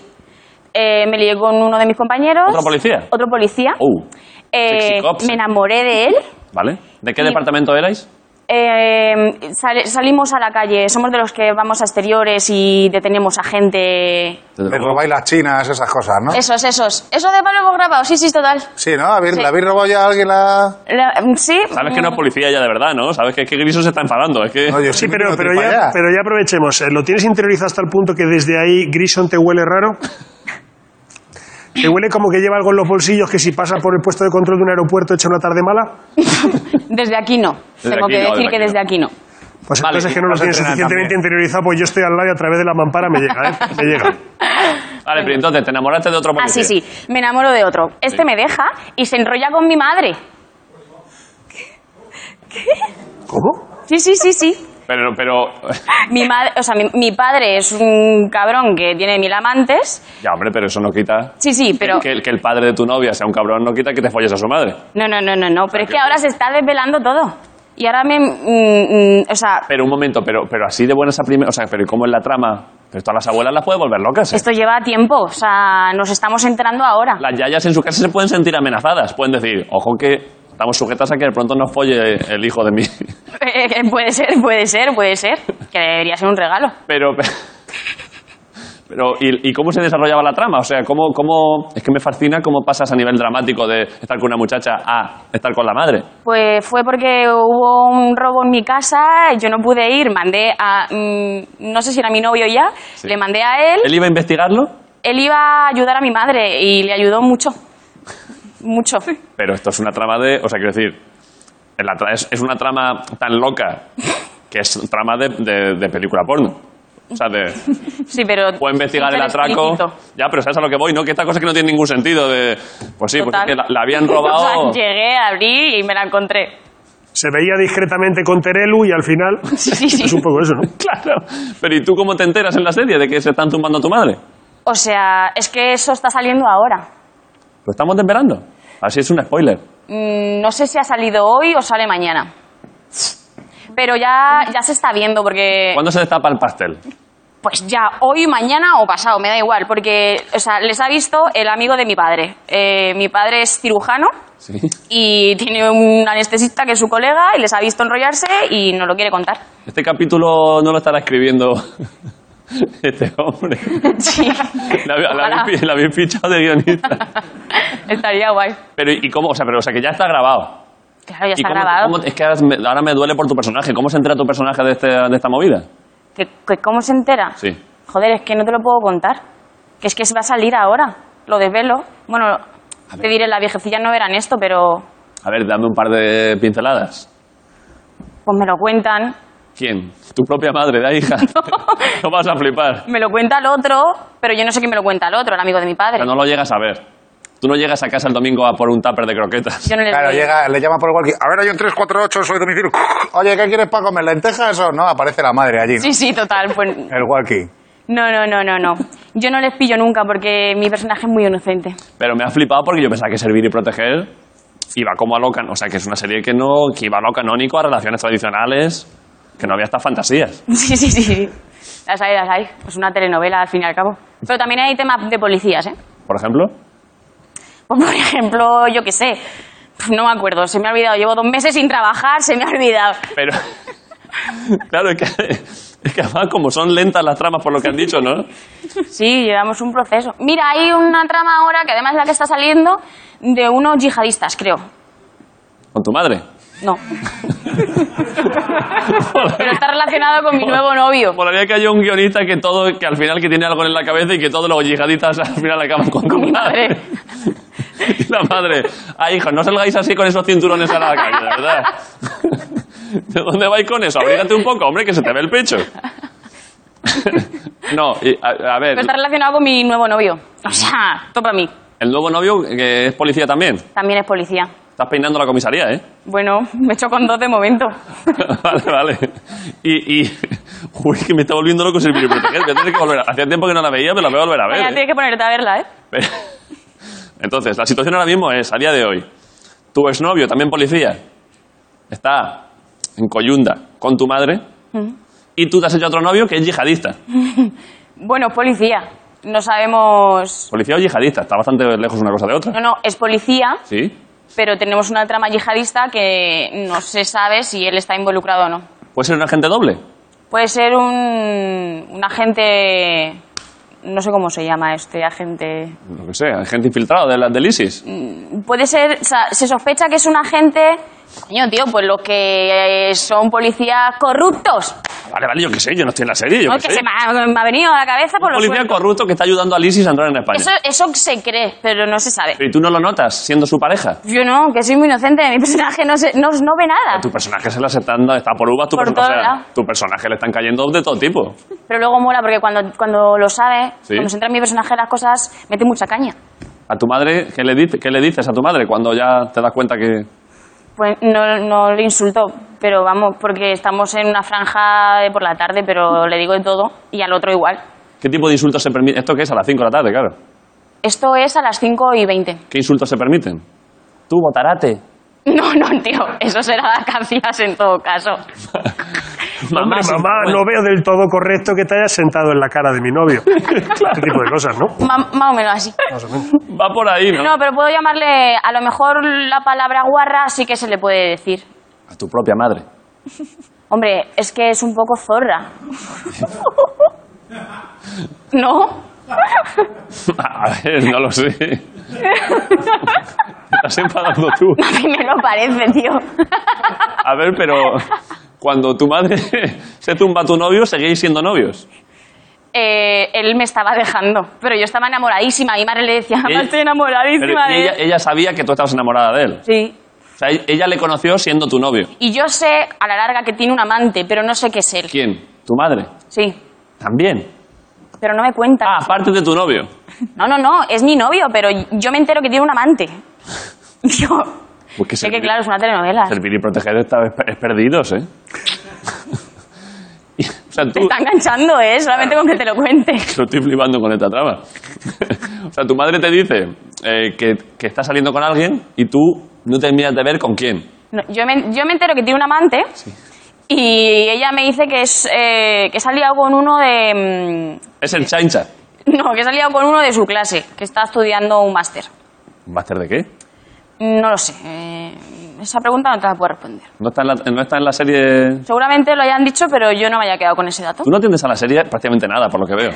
Eh, me lié con uno de mis compañeros.
¿Otro policía?
Otro policía.
Uh,
Eh,
sexy cops.
me enamoré de él.
¿Vale? ¿De qué
Y-
departamento erais?
Eh, sale- salimos a la calle, somos de los que vamos a exteriores y detenemos a gente.
Desde
Le
luego.
robáis las chinas, esas cosas, ¿no?
Esos, esos. Eso de Pablo hemos grabado, sí, sí, total.
Sí, ¿no? ¿Habéis-
Sí.
¿Le habéis robado ya a alguien la...?
La- mm, sí.
Sabes que no es policía ya de verdad, ¿no? Sabes que es que Griso se está enfadando. Es que...
No, yo
Sí,
me quiero
pero, pero,
ir para
ya,
allá.
pero ya aprovechemos. Eh, ¿Lo tienes interiorizado hasta el punto que desde ahí Grison te huele raro? ¿Te huele como que lleva algo en los bolsillos que si pasa por el puesto de control de un aeropuerto echa una tarde mala?
Desde aquí no.
Desde
Tengo
aquí no, desde
que decir que
aquí
desde
no.
aquí no.
Pues
Vale,
entonces
y
que no lo
vas a
tienes
entrenar
suficientemente
también.
interiorizado, pues yo estoy al lado y a través de la mampara me llega, ¿eh? Me llega.
Vale, pero entonces te enamoraste de otro
Ah,
policía.
sí, sí. Me enamoro de otro. Este
Sí.
me deja y se enrolla con mi madre.
¿Cómo?
Sí, sí, sí, sí.
Pero, pero...
Mi madre, o sea, mi, mi padre es un cabrón que tiene mil amantes.
Ya, hombre, pero eso no quita...
Sí, sí, pero
Que, que el padre de tu novia sea un cabrón no quita que te folles a su madre.
no, no, no, no, no. Pero es que ahora se está desvelando todo. Y ahora me, mm, mm, o sea,
Pero un momento, pero, pero así de buenas a primeras... O sea, pero ¿y cómo es la trama? Pero esto a las abuelas las puede volver locas. ¿eh?
esto lleva tiempo. O sea, nos estamos enterando ahora.
Las yayas en su casa se pueden sentir amenazadas. Pueden decir, ojo que estamos sujetas a que de pronto nos folle el hijo de mí.
Eh, eh, puede ser, puede ser, puede ser. Que debería ser un regalo.
Pero... Pero, ¿y, y cómo se desarrollaba la trama? O sea, ¿cómo, cómo... Es que me fascina cómo pasas a nivel dramático de estar con una muchacha a estar con la madre.
Pues fue porque hubo un robo en mi casa, yo no pude ir, mandé a, mm, no sé si era mi novio ya, le mandé a él,
¿Él iba a investigarlo?
él iba a ayudar a mi madre y le ayudó mucho, mucho.
Pero esto es una trama de... O sea, quiero decir, es, la tra- es- es una trama tan loca que es trama de, de- de película porno. O sea, de,
Sí, pero...
puedo investigar
sin
el
ser
atraco.
explícito.
Ya, pero sabes a lo que voy, ¿no? Que esta cosa que no tiene ningún sentido de... Pues sí, pues
Total.
es que la, la habían
O
robado...
sea, llegué, abrí y me la encontré.
Se veía discretamente con Terelu y al final...
Sí, sí, sí.
Es un poco eso, ¿no?
Claro. Pero ¿y tú cómo te enteras en la serie de que se están tumbando a tu madre?
O sea, es que eso está saliendo ahora.
Lo estamos desvelando. Así es un spoiler.
Mm, No sé si ha salido hoy o sale mañana. Pero ya, ya se está viendo porque...
¿Cuándo se destapa el pastel?
Pues ya, hoy, mañana o pasado, me da igual, porque, o sea, les ha visto el amigo de mi padre. Eh, mi padre es cirujano
Sí.
y tiene un anestesista que es su colega y les ha visto enrollarse y no lo quiere contar.
Este capítulo no lo estará escribiendo este hombre.
Sí.
La, la
Ojalá.
habéis pi- la habéis fichado de guionista.
Estaría guay.
Pero ¿y cómo? O sea, pero, o sea que ya está grabado.
Claro, ya
¿Y
está
cómo-
grabado.
cómo- es que ahora me, ahora me duele por tu personaje. ¿Cómo se entera tu personaje de, este- de esta movida?
¿Que, que ¿Cómo se entera?
Sí.
Joder, es que no te lo puedo contar. Que es que se va a salir ahora. Lo desvelo. Bueno, te diré, las viejecillas no verán esto, pero
A ver, dame un par de pinceladas.
pues me lo cuentan.
¿Quién? Tu propia madre, da hija. No vas a flipar.
Me lo cuenta el otro, pero yo no sé quién me lo cuenta el otro, el amigo de mi padre.
Pero no lo llegas a ver. Tú no llegas a casa el domingo a por un tupper de croquetas.
Yo no les
Claro,
doy-
llega, le llama por el walkie. A ver, hay un 348 soy domicilio. Oye, ¿qué quieres para comer? ¿Lentejas o no? Aparece la madre allí. ¿no?
Sí, sí, total. Pues
El walkie.
no, no, no, no, no. Yo no les pillo nunca porque mi personaje es muy inocente.
Pero me ha flipado porque yo pensaba que servir y proteger iba como a lo can- O sea, que es una serie que no que iba a lo canónico, a relaciones tradicionales, que no había estas fantasías.
Sí, sí, sí, sí. Las hay, las hay. Es pues una telenovela al fin y al cabo. Pero también hay temas de policías, ¿eh?
Por ejemplo,
Pues, por ejemplo, yo qué sé. Pf, No me acuerdo, se me ha olvidado. Llevo dos meses sin trabajar, se me ha olvidado.
pero... claro, es que, es que además como son lentas las tramas por lo que han dicho, ¿no?
Sí, llevamos un proceso. Mira, hay una trama ahora que además es la que está saliendo de unos yihadistas, creo.
Con tu madre.
No. Pero está relacionado con mi nuevo novio.
Molaría que haya un guionista que todo, que al final que tiene algo en la cabeza y que todos los yihadistas al final acaban con,
Con mi madre.
Y la madre. Ah, hijos, no salgáis así con esos cinturones a la calle, de verdad. ¿De dónde vais con eso? Abrígate un poco, hombre, que se te ve el pecho. No, y, a, a ver,
Pero está relacionado con mi nuevo novio. O sea, topa a mí.
el nuevo novio que es policía también.
También es policía.
Estás peinando la comisaría, ¿eh?
Bueno, me echo con dos de momento.
vale, vale. Y, y... Uy, que me está volviendo loco sin proteger. Voy a tener que volver a... Hacía tiempo que no la veía, pero la voy a volver a ver.
Mañana
¿eh?
tienes que ponerte a verla, ¿eh?
Pero- Entonces, la situación ahora mismo es, a día de hoy, tu exnovio, también policía, está en coyunda con tu madre
Mm.
y tú te has hecho otro novio que es yihadista.
Bueno, es policía. No sabemos...
Policía o yihadista, está bastante lejos una cosa de otra.
No, no, es policía,
Sí.
pero tenemos una trama yihadista que no se sabe si él está involucrado o no.
Puede ser un agente doble.
Puede ser un, un agente... No sé cómo se llama este agente.
Lo que sea, agente infiltrado de la, del ISIS.
Mm. Puede ser... o sea, se sospecha que es un agente... Coño, tío, pues los que eh, son policías corruptos.
Vale, vale, yo qué sé, yo no estoy en la serie, yo
Ay,
qué
que
sé.
se me ha, me ha venido a la cabeza por
Un
lo
policía
suelto.
corrupto que está ayudando al ISIS a entrar en España.
Eso, eso se cree, pero no se sabe.
Pero ¿Y tú no lo notas siendo su pareja?
Yo no, que soy muy inocente. Mi personaje no, se- no, no ve nada.
Tu personaje se la está dando- está por uvas, tu,
Por
personaje,
todo
o sea,
lado.
tu personaje le están cayendo de todo tipo.
Pero luego mola porque cuando, cuando lo sabe,
Sí.
cuando se entra en mi personaje las cosas, mete mucha caña.
¿A tu madre qué le, dice- qué le dices a tu madre cuando ya te das cuenta que...
Pues no, no le insulto, pero vamos, porque estamos en una franja de por la tarde, pero le digo de todo y al otro igual.
¿Qué tipo de insultos se permiten? Esto que es a las 5 de la tarde, claro.
Esto es a las 5 y 20.
¿Qué insultos se permiten? Tú, botarate.
No, no, tío, eso será vacancias en todo caso.
Mamá,
Hombre,
sin
mamá, no
vergüenza.
veo del todo correcto que te hayas sentado en la cara de mi novio. Este tipo de cosas, ¿no?
Ma- más o menos así.
Va por ahí, ¿no?
No, pero puedo llamarle, a lo mejor la palabra guarra sí que se le puede decir.
A tu propia madre.
Hombre, es que es un poco zorra. ¿No?
a ver, no lo sé. Te estás enfadando tú.
A mí me lo parece, tío.
A ver, pero cuando tu madre se tumba a tu novio, seguís siendo novios.
Eh, él me estaba dejando, pero yo estaba enamoradísima. Mi madre le decía,
Ella-
"Mamá, estoy
Pero
enamoradísima
y
de
ella, eh
él.
ella sabía que tú estabas enamorada de él.
Sí.
O sea, ella le conoció siendo tu novio.
Y yo sé a la larga que tiene un amante, pero no sé qué es él.
¿Quién? Tu madre.
Sí,
También.
pero no me cuenta.
Ah, aparte de tu novio.
No, no, no, es mi novio, pero yo me entero que tiene un amante. Yo.
Pues que
sé que
servir-
claro, es una telenovela.
Servir y proteger esta vez es perdidos, ¿eh? Y- o sea,
Te
tú...
está enganchando, ¿eh? Solamente con que te lo cuente.
Lo estoy flipando con esta trama. o sea, tu madre te dice eh, que, que está saliendo con alguien y tú no terminas de ver con quién.
No, yo, me, yo me entero que tiene un amante y ella me dice que es eh, que se ha liado con uno de
Es el chancha.
mm, no que se ha liado con uno de su clase que está estudiando un máster.
¿Un máster de qué?
No lo sé. eh, esa pregunta no te la puedo responder.
No está, en la, no está en la serie...
Seguramente lo hayan dicho, pero yo no me haya quedado con ese dato.
Tú no atiendes a la serie prácticamente nada, por lo que veo. O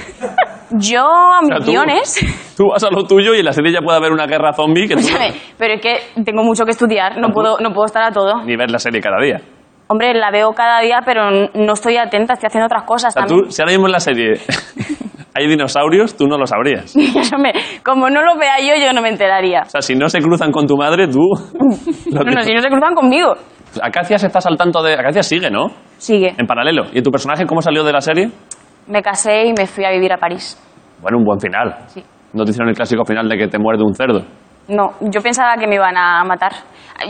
Yo a mis
sea, tú-
guiones.
Tú vas a lo tuyo y en la serie ya puede haber una guerra zombie que tú...
Escúchame, pero es que tengo mucho que estudiar, no puedo, no puedo estar a todo.
Ni ver la serie cada día.
Hombre, la veo cada día, pero n- no estoy atenta, estoy haciendo otras cosas
O sea,
también.
tú, si ahora mismo en la serie hay dinosaurios, tú no lo sabrías.
Hombre, como no lo vea yo, yo no me enteraría.
O sea, si no se cruzan con tu madre, tú...
No, no, si no se cruzan conmigo.
Acacias estás al tanto de... Acacias sigue, ¿no?
Sigue.
En paralelo. ¿Y tu personaje cómo salió de la serie?
Me casé y me fui a vivir a París.
Bueno, un buen final.
Sí.
No te hicieron el clásico final de que te muerde un cerdo.
No, yo pensaba que me iban a matar.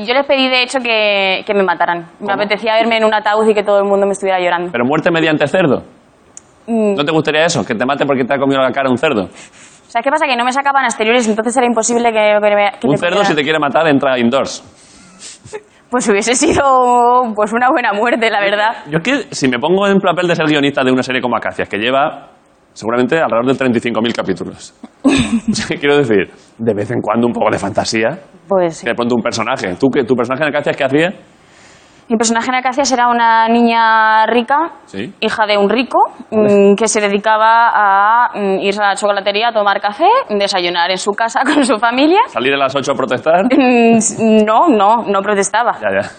Yo les pedí, de hecho, que, que me mataran. Me apetecía verme en un ataúd y que todo el mundo me estuviera llorando.
Pero muerte mediante cerdo.
Mm,
¿No te gustaría eso? Que te mate porque te ha comido la cara un cerdo.
¿Sabes qué pasa? Que no me sacaban exteriores, entonces era imposible que, que me- que
un
me
cerdo,
pudieran-
si te quiere matar, entra indoors.
Pues hubiese sido pues una buena muerte, la verdad.
Yo es que, si me pongo en papel de ser guionista de una serie como Acacias, que lleva seguramente alrededor de 35.000 capítulos. O sea, quiero decir, de vez en cuando un poco de fantasía.
Pues sí.
Que de pronto un personaje. ¿Tú, qué- ¿Tu personaje en Acacias qué hacía?
Mi personaje en Acacias era una niña rica,
Sí.
hija de un rico, mm, que se dedicaba a mm, ir a la chocolatería a tomar café, desayunar en su casa con su familia.
¿Salir a las 8 a protestar?
Mm, s- No, no, no protestaba.
Ya, ya.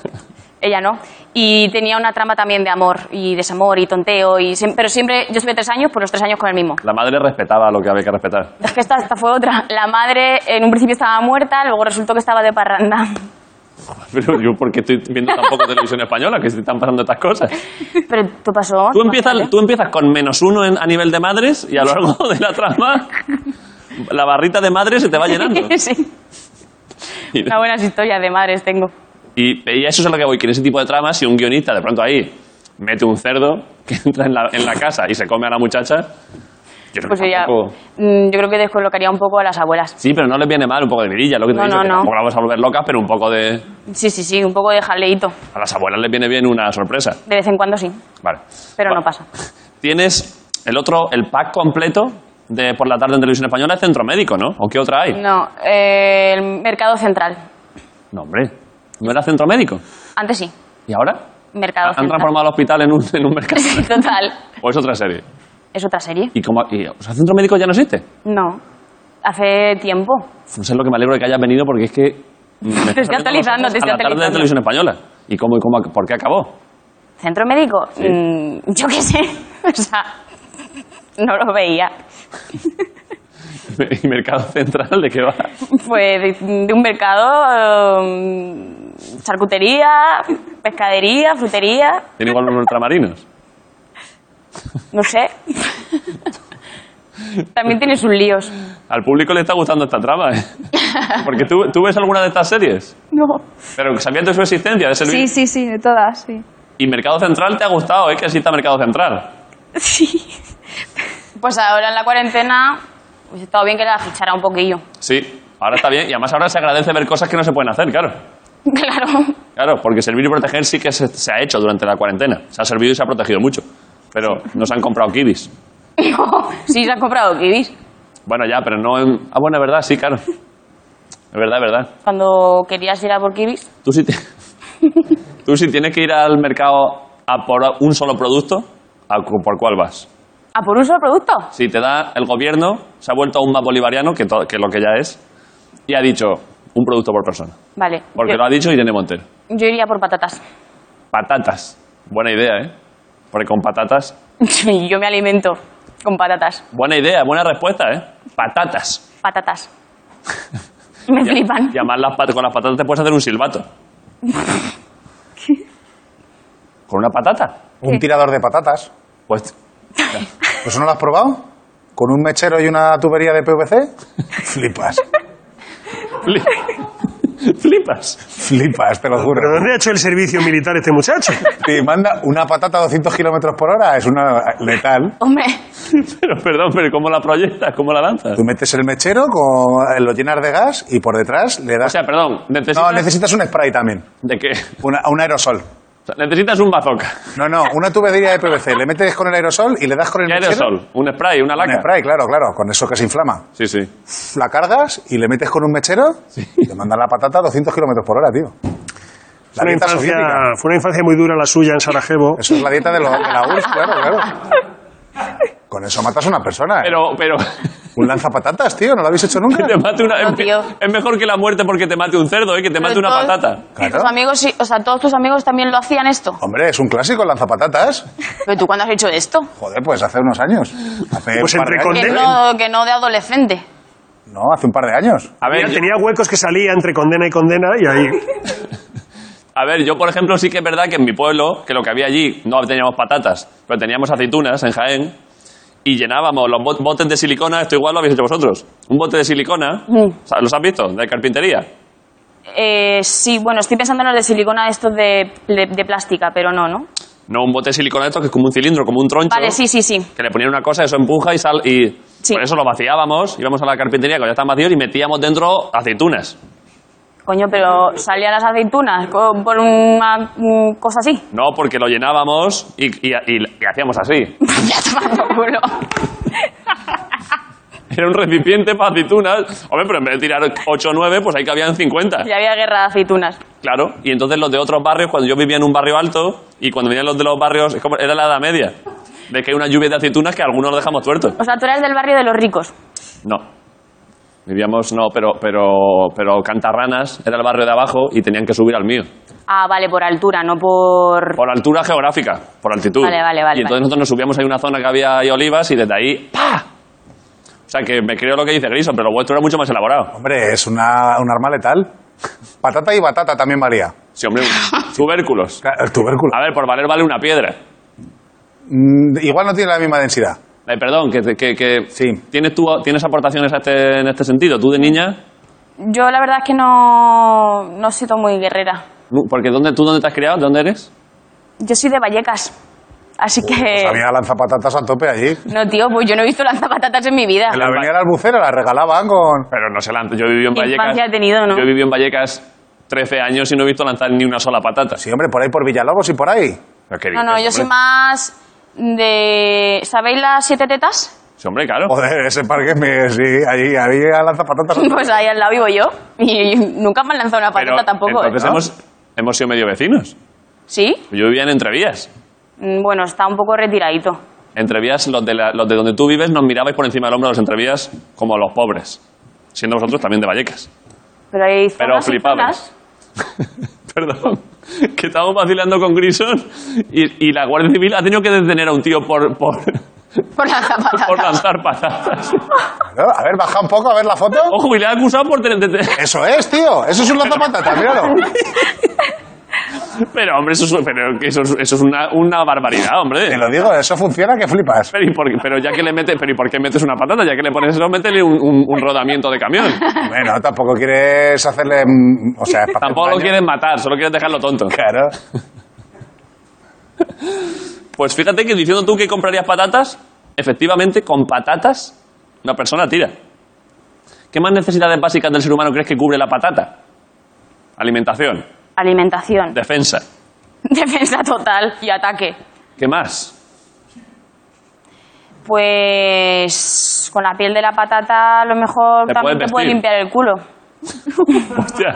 Ella no. Y tenía una trama también de amor y desamor y tonteo. Y siem- pero siempre, yo estuve tres años, pues los tres años con el mismo.
La madre respetaba lo que había que respetar.
Es que esta, esta fue otra. La madre en un principio estaba muerta, luego resultó que estaba de parranda.
Pero yo, ¿por qué estoy viendo tan poco televisión española? Que se están pasando estas cosas.
Pero tú pasó.
Tú empiezas, tú empiezas con menos uno en- a nivel de madres y a lo largo de la trama la barrita de madres se te va llenando.
sí.
Y,
Una buenas historias de madres tengo.
y a eso es a lo que voy, que en ese tipo de tramas, si un guionista de pronto ahí mete un cerdo que entra en la, en la casa y se come a la muchacha, yo creo
Pues
que
ella.
tampoco-
mm, Yo creo que descolocaría un poco a las abuelas.
Sí, pero no les viene mal un poco de vidilla, lo que te
No,
he dicho,
no,
que
no.
tampoco la vamos a volver locas, pero un poco de...
Sí, sí, sí, un poco de jaleito.
A las abuelas les viene bien una sorpresa.
De vez en cuando sí,
Vale.
pero
Va-
no pasa.
Tienes el otro, el pack completo de por la tarde en televisión española, es centro médico, ¿no? ¿O qué otra hay?
No, eh, el mercado central.
No, hombre. ¿No era centro médico?
Antes sí,
¿Y ahora?
mercado
Ah, Han
central.
transformado el hospital en un, en un mercado.
Sí, total.
O es otra serie.
¿Es otra serie?
¿Y cómo, y, o sea, centro médico ya no existe?
No. Hace tiempo.
No sé lo que me alegro de que hayas venido porque es que. mm, me abriendo
Te estoy
los
actualizando,
ojos
te estoy
a la tarde de
actualizando.
televisión española. ¿Y cómo, y cómo, ac- por qué acabó?
¿Centro médico?
Sí.
Mm, yo qué sé. O sea, no lo veía.
¿Y Mercado Central de qué va?
Pues de, de un mercado, eh, charcutería, pescadería, frutería,
Tiene igual unos ultramarinos.
no sé. También tiene sus líos.
Al público le está gustando esta trama, ¿eh? Porque tú, tú ves alguna de estas series,
No.
pero sabían de su existencia, de ese
Sí, sí, sí, de todas, sí.
Y Mercado Central te ha gustado, ¿eh? Que exista Mercado Central.
Sí. Pues ahora en la cuarentena, pues estado bien que la fichara un poquillo.
Sí, ahora está bien. Y además ahora se agradece ver cosas que no se pueden hacer, claro.
Claro.
Claro, porque servir y proteger sí que se, se ha hecho durante la cuarentena. Se ha servido y se ha protegido mucho. Pero nos han comprado kibis.
No, sí, se han comprado kiwis.
Bueno, ya, pero no en... Ah, bueno, es verdad, sí, claro. Es verdad, es verdad.
Cuando querías ir a por kiwis,
Tú sí, te- Tú sí tienes que ir al mercado a por un solo producto, ¿a cu- ¿por cuál vas?
a por un solo producto.
Si te da el gobierno, se ha vuelto aún más bolivariano, que, to- que lo que ya es, y ha dicho un producto por persona.
Vale.
Porque
yo,
lo ha dicho Irene Montero.
yo iría por patatas.
Patatas. Buena idea, ¿eh? Porque con patatas
Sí, yo me alimento con patatas.
Buena idea, buena respuesta, ¿eh? Patatas.
Patatas. Me flipan.
Y además las pat- con las patatas te puedes hacer un silbato. ¿Con una patata?
Un tirador de patatas.
Pues
¿Pues no lo has probado? ¿Con un mechero y una tubería de PVC? Flipas,
fli- flipas.
flipas, te lo juro.
¿Pero dónde ha hecho el servicio militar este muchacho?
Te manda una patata a 200 kilómetros por hora, es una letal.
Hombre,
Pero perdón, pero ¿cómo la proyectas? ¿Cómo la lanzas?
Tú metes el mechero, con, lo llenas de gas y por detrás le
O
das...
sea, perdón, necesitas...
no, necesitas un spray también,
¿De qué?
una- un aerosol.
O sea, necesitas un bazooka.
No, no, una tubería de PVC. Le metes con el aerosol y le das con el
¿Qué
mechero.
aerosol? ¿Un spray? ¿Una
Un
laca?
spray, claro, claro, con eso que se inflama.
Sí, sí.
La cargas y le metes con un mechero y te mandan la patata a 200 kilómetros por hora, tío. La
Fue
dieta
una, infancia,
soviética.
fue una infancia muy dura la suya en Sarajevo.
Eso es la dieta de, lo- de la URSS, claro, claro. Con eso matas a una persona. ¿eh?
Pero, pero...
Un lanzapatatas, tío, ¿no lo habéis hecho nunca?
que te mate una...
No, tío.
es mejor que la muerte porque te mate un cerdo, ¿eh? Que te mate una
todos-
patata.
Claro. Oh.
Tus amigos, sí, o sea, todos tus amigos también lo hacían esto.
Hombre, es un clásico el lanzapatatas.
Pero tú, ¿cuándo has hecho esto?
Joder, pues hace unos años. Hace
Pues
un par de
entre
Que
años.
no, que no de adolescente.
No, hace un par de años.
A ver,
Mira,
yo-
tenía huecos que salía entre condena y condena y ahí...
A ver, yo por ejemplo sí que es verdad que en mi pueblo, que lo que había allí, no teníamos patatas, pero teníamos aceitunas en Jaén y llenábamos los bot- botes de silicona, esto igual lo habéis hecho vosotros, un bote de silicona,
Mm.
¿sa- ¿los has visto? De carpintería.
Eh, sí, bueno, estoy pensando en los de silicona estos de, de, de plástica, pero no, ¿no?
No un bote de silicona esto que es como un cilindro, como un troncho.
Vale, sí, sí, sí.
Que le ponían una cosa, eso empuja y sal y
Sí.
por eso lo vaciábamos, íbamos a la carpintería cuando ya estaban vacíos y metíamos dentro aceitunas.
Coño, pero salían las aceitunas co- por una mm, cosa así.
No, porque lo llenábamos y, y- y- y hacíamos así.
ya toma por culo.
Era un recipiente para aceitunas. Hombre, pero en vez de tirar 8 o 9, pues ahí cabían 50.
Ya había guerra de aceitunas.
Claro, y entonces los de otros barrios, cuando yo vivía en un barrio alto, y cuando venían los de los barrios, es como- era la edad media, de que hay una lluvia de aceitunas que algunos los dejamos tuertos.
O sea, tú eres del barrio de los ricos.
No, Vivíamos, no, pero, pero, pero Cantarranas era el barrio de abajo y tenían que subir al mío.
Ah, vale, por altura, no por...
Por altura geográfica, por altitud.
Vale, vale, vale,
Y entonces
vale.
nosotros nos subíamos a una zona que había ahí olivas y desde ahí ¡pa! O sea, que me creo lo que dice Griso, pero lo vuestro era mucho más elaborado.
Hombre, es una, un arma letal. Patata y batata también valía.
Sí, hombre, un- tubérculos.
Claro, El tubérculo.
A ver, por valer vale una piedra.
Mm, igual no tiene la misma densidad.
Eh, perdón, que, que, que-
Sí.
¿tienes, tú, ¿tienes aportaciones a este- en este sentido? ¿Tú de niña?
Yo la verdad es que no, no he sido muy guerrera.
Nu- Porque ¿dónde, ¿tú dónde te has criado? ¿De dónde eres?
Yo soy de Vallecas, así que...
Eh,
Pues había lanzapatatas a tope allí.
No, tío, pues yo no he visto lanzapatatas en mi vida.
En la avenida de la Albucera la regalaban con...
Pero no sé, lanz- yo he vivido en
¿Qué
Vallecas.
infancia he tenido, no?
Yo he vivido en Vallecas 13 años y no he visto lanzar ni una sola patata.
Sí, hombre, por ahí por Villalobos y por ahí.
Pero qué
No, no,
dices,
yo soy
hombre.
más de... ¿Sabéis las siete tetas?
Sí, hombre, claro.
Joder, ese parque, me, sí, allí había lanzapatatas. a tope.
Pues ahí al lado vivo yo. Y nunca me han lanzado una patata
Pero
tampoco. ¿eh?
Entonces hemos, hemos sido medio vecinos.
¿Sí?
Yo vivía en Entrevías.
Mm, Bueno, está un poco retiradito.
Entrevías, los de, la- los de donde tú vives, nos mirabais por encima del hombro de los Entrevías como los pobres. Siendo vosotros también de Vallecas.
Pero hay zonas
Pero
y
flipabais.
zonas.
Perdón. Que estábamos vacilando con Grison y, y la Guardia Civil ha tenido que detener a un tío por, por,
Por las zapatatas.
por lanzar patatas.
Claro, A ver, baja un poco, a ver la foto.
Ojo, y le han acusado por tener... de- de-
Eso es, tío. Eso es un lanzapatatas, míralo.
Pero, hombre, eso es, pero que eso es, eso es una, una barbaridad, hombre.
Te lo digo, eso funciona que flipas.
Pero, ¿y por, qué- pero ya que le metes, pero ¿y por qué metes una patata? Ya que le pones eso, métele un, un- un rodamiento de camión.
Bueno, tampoco quieres hacerle... mm, O sea, es para hacer
Tampoco lo
daño.
quieres matar, solo quieres dejarlo tonto.
Claro.
Pues fíjate que diciendo tú que comprarías patatas, efectivamente con patatas una persona tira. ¿Qué más necesidades básicas del ser humano crees que cubre la patata? Alimentación,
Alimentación.
defensa.
Defensa total y ataque.
¿Qué más?
Pues con la piel de la patata a lo mejor
Te
también
puedes
te puede
vestir.
limpiar el culo.
Hostia,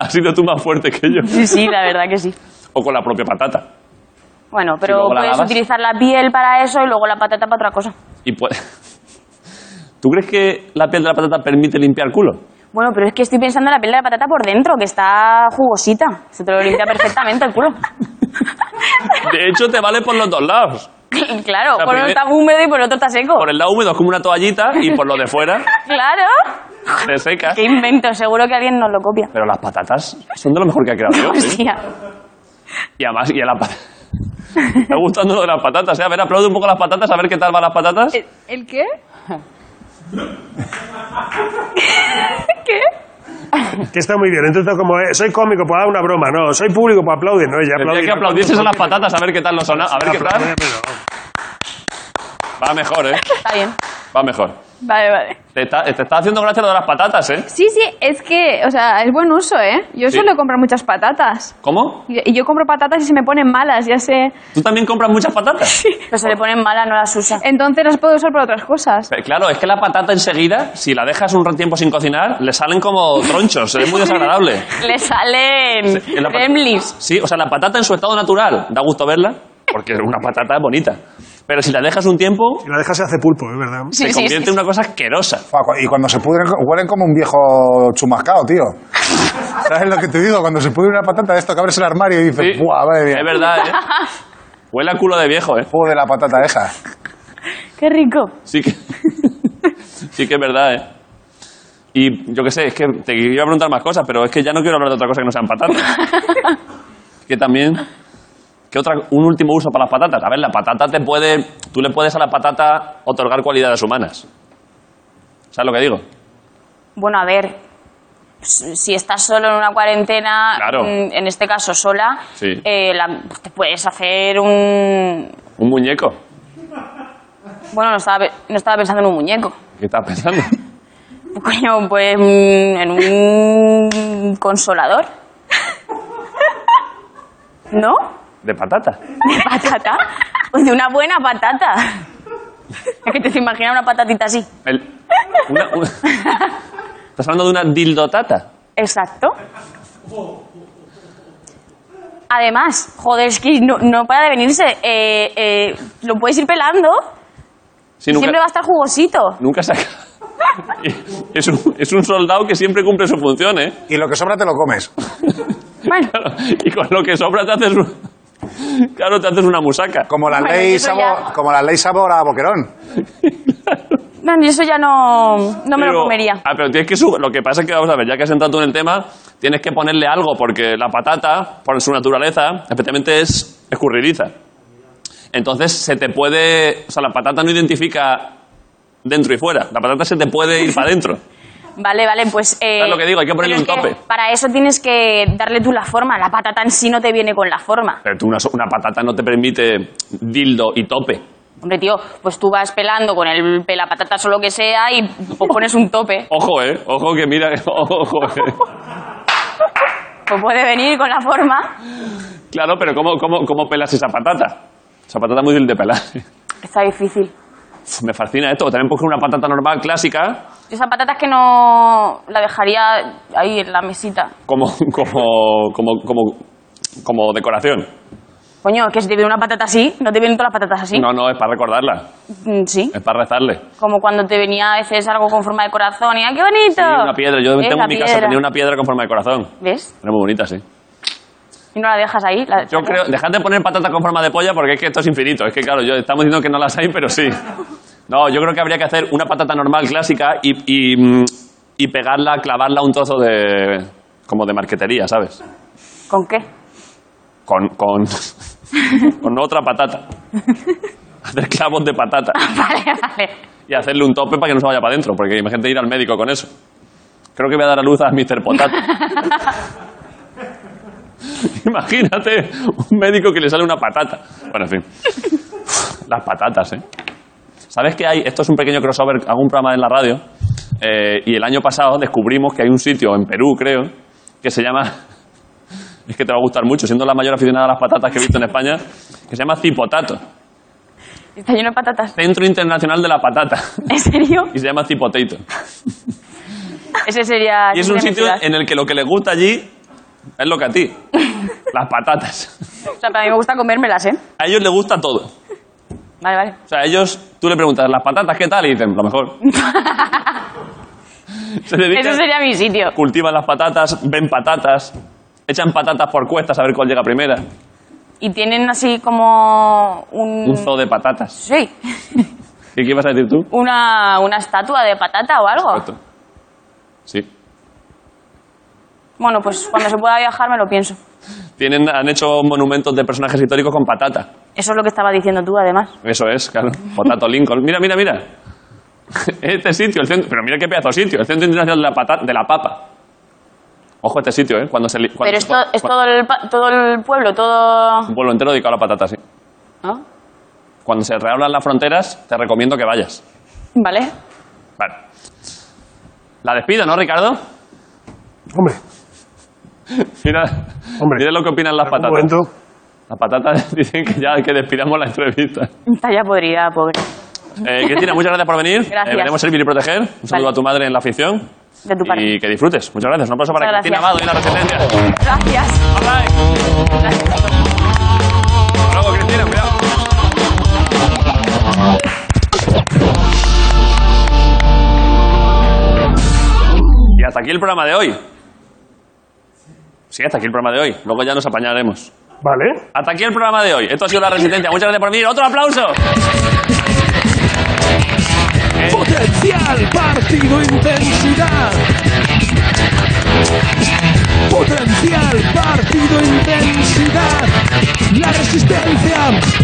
has sido tú más fuerte que yo.
Sí, sí, la verdad que sí.
O con la propia patata.
Bueno,
¿Y
pero
luego la
puedes
lavas?
utilizar la piel para eso y luego la patata para otra cosa.
Y puede- ¿Tú crees que la piel de la patata permite limpiar el culo?
Bueno, pero es que estoy pensando en la piel de la patata por dentro, que está jugosita. Se te lo limpia perfectamente el culo.
De hecho, te vale por los dos lados.
claro,
La
por uno
primera-
está húmedo y por otro está seco.
Por el lado húmedo es como una toallita y por lo de fuera
Claro.
te seca.
Qué invento, seguro que alguien nos lo copia.
Pero las patatas son de lo mejor que ha creado Dios. ¿eh?
Hostia.
Y además, y a la patata. Me está gustando lo de las patatas, ¿eh? A ver, aplaude un poco las patatas, a ver qué tal van las patatas.
¿El, el qué?
Que está muy bien. Entonces, como eh, soy cómico, pues dar una broma. No, soy público, pues aplaudir. No, ya
Tendría
aplaudir.
que aplaudieses a las patatas, a ver qué tal lo son. A ver qué tal. Va mejor, ¿eh?
Está bien.
Va mejor.
Vale, vale.
Te está, te está haciendo gracia lo de las patatas, ¿eh?
Sí, sí, es que, o sea, es buen uso, ¿eh? Yo
Sí.
suelo comprar muchas patatas.
¿Cómo?
Y y yo compro patatas y se me ponen malas, ya sé.
¿Tú también compras muchas patatas?
Pero se le ponen malas, no las usa.
Entonces las puedo usar para otras cosas.
Pero Eh, claro, es que la patata enseguida, si la dejas un tiempo sin cocinar, le salen como tronchos. Es muy desagradable.
Le salen
Sí, en la pat-
gremlins.
Sí, o sea, la patata en su estado natural. Da gusto verla, porque una patata es bonita. Pero si la dejas un tiempo,
Si la dejas se hace pulpo, es verdad.
Sí,
se
sí,
convierte
sí.
en una cosa asquerosa.
Fua, cu- Y cuando se pudren, huelen como un viejo chumascado, tío. ¿Sabes lo que te digo? Cuando se pudre una patata de esto que abres el armario y dices,
Sí,
¡buah, madre mía!
es verdad, ¿eh? Huele a culo de viejo, ¿eh?
Joder, la patata esa.
Qué rico.
Sí que, sí que es verdad, ¿eh? Y yo qué sé, es que te iba a preguntar más cosas, pero es que ya no quiero hablar de otra cosa que no sean patatas. que también... ¿Qué otra, un último uso para las patatas? A ver, la patata te puede... Tú le puedes a la patata otorgar cualidades humanas. ¿Sabes lo que digo?
Bueno, a ver. s- Si estás solo en una cuarentena,
Claro.
mm, en este caso sola,
Sí.
eh, la- te puedes hacer un.
Un muñeco.
Bueno, no estaba, pe- no estaba pensando en un muñeco.
¿Qué estás pensando?
Coño, pues mm, en un consolador. ¿No?
De patata.
¿De patata? Pues de una buena patata. Es que te imaginas una patatita así.
El- una- una- ¿Estás hablando de una dildotata?
Exacto. Además, joder, es que no, no para de venirse. Eh, eh, lo puedes ir pelando.
Sí, nunca,
Siempre va a estar jugosito.
nunca se acaba. Y es, un, es un soldado que siempre cumple su función, ¿eh?
Y lo que sobra te lo comes.
Bueno,
Claro, y con lo que sobra te haces un- Claro, te haces una musaca.
Como la,
Bueno,
ley,
eso
sabor,
ya.
como la ley sabor a boquerón.
No, yo eso ya no, no me lo comería.
Ah, pero tienes que sub- Lo que pasa es que, vamos a ver, ya que has entrado tú en el tema, tienes que ponerle algo, porque la patata, por su naturaleza, especialmente es escurridiza. Entonces se te puede. O sea, la patata no identifica dentro y fuera. La patata se te puede ir para adentro.
Vale, vale, pues... eh,
¿Sabes lo que digo? Hay que ponerle
pero
un
es que
tope.
Para eso tienes que darle tú la forma. La patata en sí no te viene con la forma.
Pero tú, una, so- una patata no te permite dildo y tope.
Hombre, tío, pues tú vas pelando con el pelapatatas o lo que sea y pues, pones un tope.
Ojo, eh. Ojo que mira. Ojo, eh.
Pues puede venir con la forma.
Claro, pero ¿cómo, cómo, cómo pelas esa patata? Esa patata es muy difícil de pelar.
Está difícil.
Me fascina esto. También coger una patata normal, clásica,
Yo esa patata es que no la dejaría ahí en la mesita.
como, como, como, como, como decoración.
Coño, que si te viene una patata así, no te vienen todas las patatas así.
No, Eh. no, es para recordarla.
Mm, Sí.
Es para rezarle.
Como cuando te venía a veces algo con forma de corazón y ¡ay, qué bonito!
Sí, una piedra. Yo
Es
tengo
la
en mi casa,
Ah, piedra.
tenía una piedra con forma de corazón.
¿Ves?
Era muy bonita, sí.
Y no la dejas ahí. La
Yo creo... Dejad de poner patata con forma de polla porque es que esto es infinito. Es que, claro, yo estamos diciendo que no las hay, pero sí. No, yo creo que habría que hacer una patata normal, clásica, y, y, mm, y pegarla, clavarla a un trozo de... como de marquetería, ¿sabes?
¿Con qué?
con, con, con otra patata. Hacer clavos de patata
Vale, vale.
y hacerle un tope para que no se vaya para adentro, porque imagínate ir al médico con eso. Creo que voy a dar a luz a Mr. Potato. imagínate un médico que le sale una patata. Bueno, en fin. Las patatas, ¿eh? ¿Sabes que hay? Esto es un pequeño crossover, hago un programa en la radio, eh, y el año pasado descubrimos que hay un sitio en Perú, creo, que se llama... Es que te va a gustar mucho, siendo la mayor aficionada a las patatas que he visto en España, que se llama Cipotato,
Está lleno de patatas.
Centro Internacional de la Patata,
¿En serio?
y se llama Cipotato.
Ese sería...
Y es
ese
un
sería mi
sitio
ciudad.
en el que lo que le gusta allí es lo que a ti, las patatas.
O sea, para mí me gusta comérmelas, ¿eh?
A ellos les gusta todo.
Vale, vale.
O sea, a ellos, tú le preguntas, ¿las patatas qué tal? Y dicen, lo mejor. Se dedican-
Ese sería mi sitio.
cultivan las patatas, ven patatas, echan patatas por cuestas a ver cuál llega primera.
Y tienen así como
Un
un...
zoo de patatas.
sí,
¿Y qué ibas a decir tú?
una, una estatua de patata o algo.
Correcto. Sí.
Bueno, pues cuando se pueda viajar me lo pienso.
Tienen, han hecho monumentos de personajes históricos con patata.
Eso es lo que estaba diciendo tú, además.
Eso es, claro. Potato Lincoln. Mira, mira, mira. Este sitio, el centro, pero mira qué pedazo de sitio, el Centro Internacional de la, Pata- de la Papa. Ojo a este sitio, ¿eh? Cuando se li- cuando
Pero
se-
esto es
cuando-
todo el, pa- todo el pueblo, todo...
Un pueblo entero dedicado a la patata, sí.
¿no?
Cuando se reabran las fronteras, te recomiendo que vayas.
¿Vale?
Vale. La despido, ¿no, Ricardo?
Hombre,
Mira,
Hombre.
mira lo que opinan las
en
patatas.
algún momento...
Las patatas dicen que ya que despidamos la entrevista.
Está ya podrida, pobre.
Eh, Cristina, muchas gracias por venir.
Gracias.
Eh, veremos servir y proteger. Un saludo
Vale.
a tu madre en la afición.
De tu parte.
Y que disfrutes. Muchas gracias. Un aplauso para
Muchas
Cristina Amado y
gracias.
la Resistencia.
Gracias.
All right. Hasta luego, Cristina. Cuidado. Y hasta aquí el programa de hoy. Sí, hasta aquí el programa de hoy. Luego ya nos apañaremos.
Vale.
Hasta aquí el programa de hoy. Esto ha sido La Resistencia. Muchas gracias por venir. ¡Otro aplauso!
Potencial, partido, intensidad. Potencial, partido, intensidad. La resistencia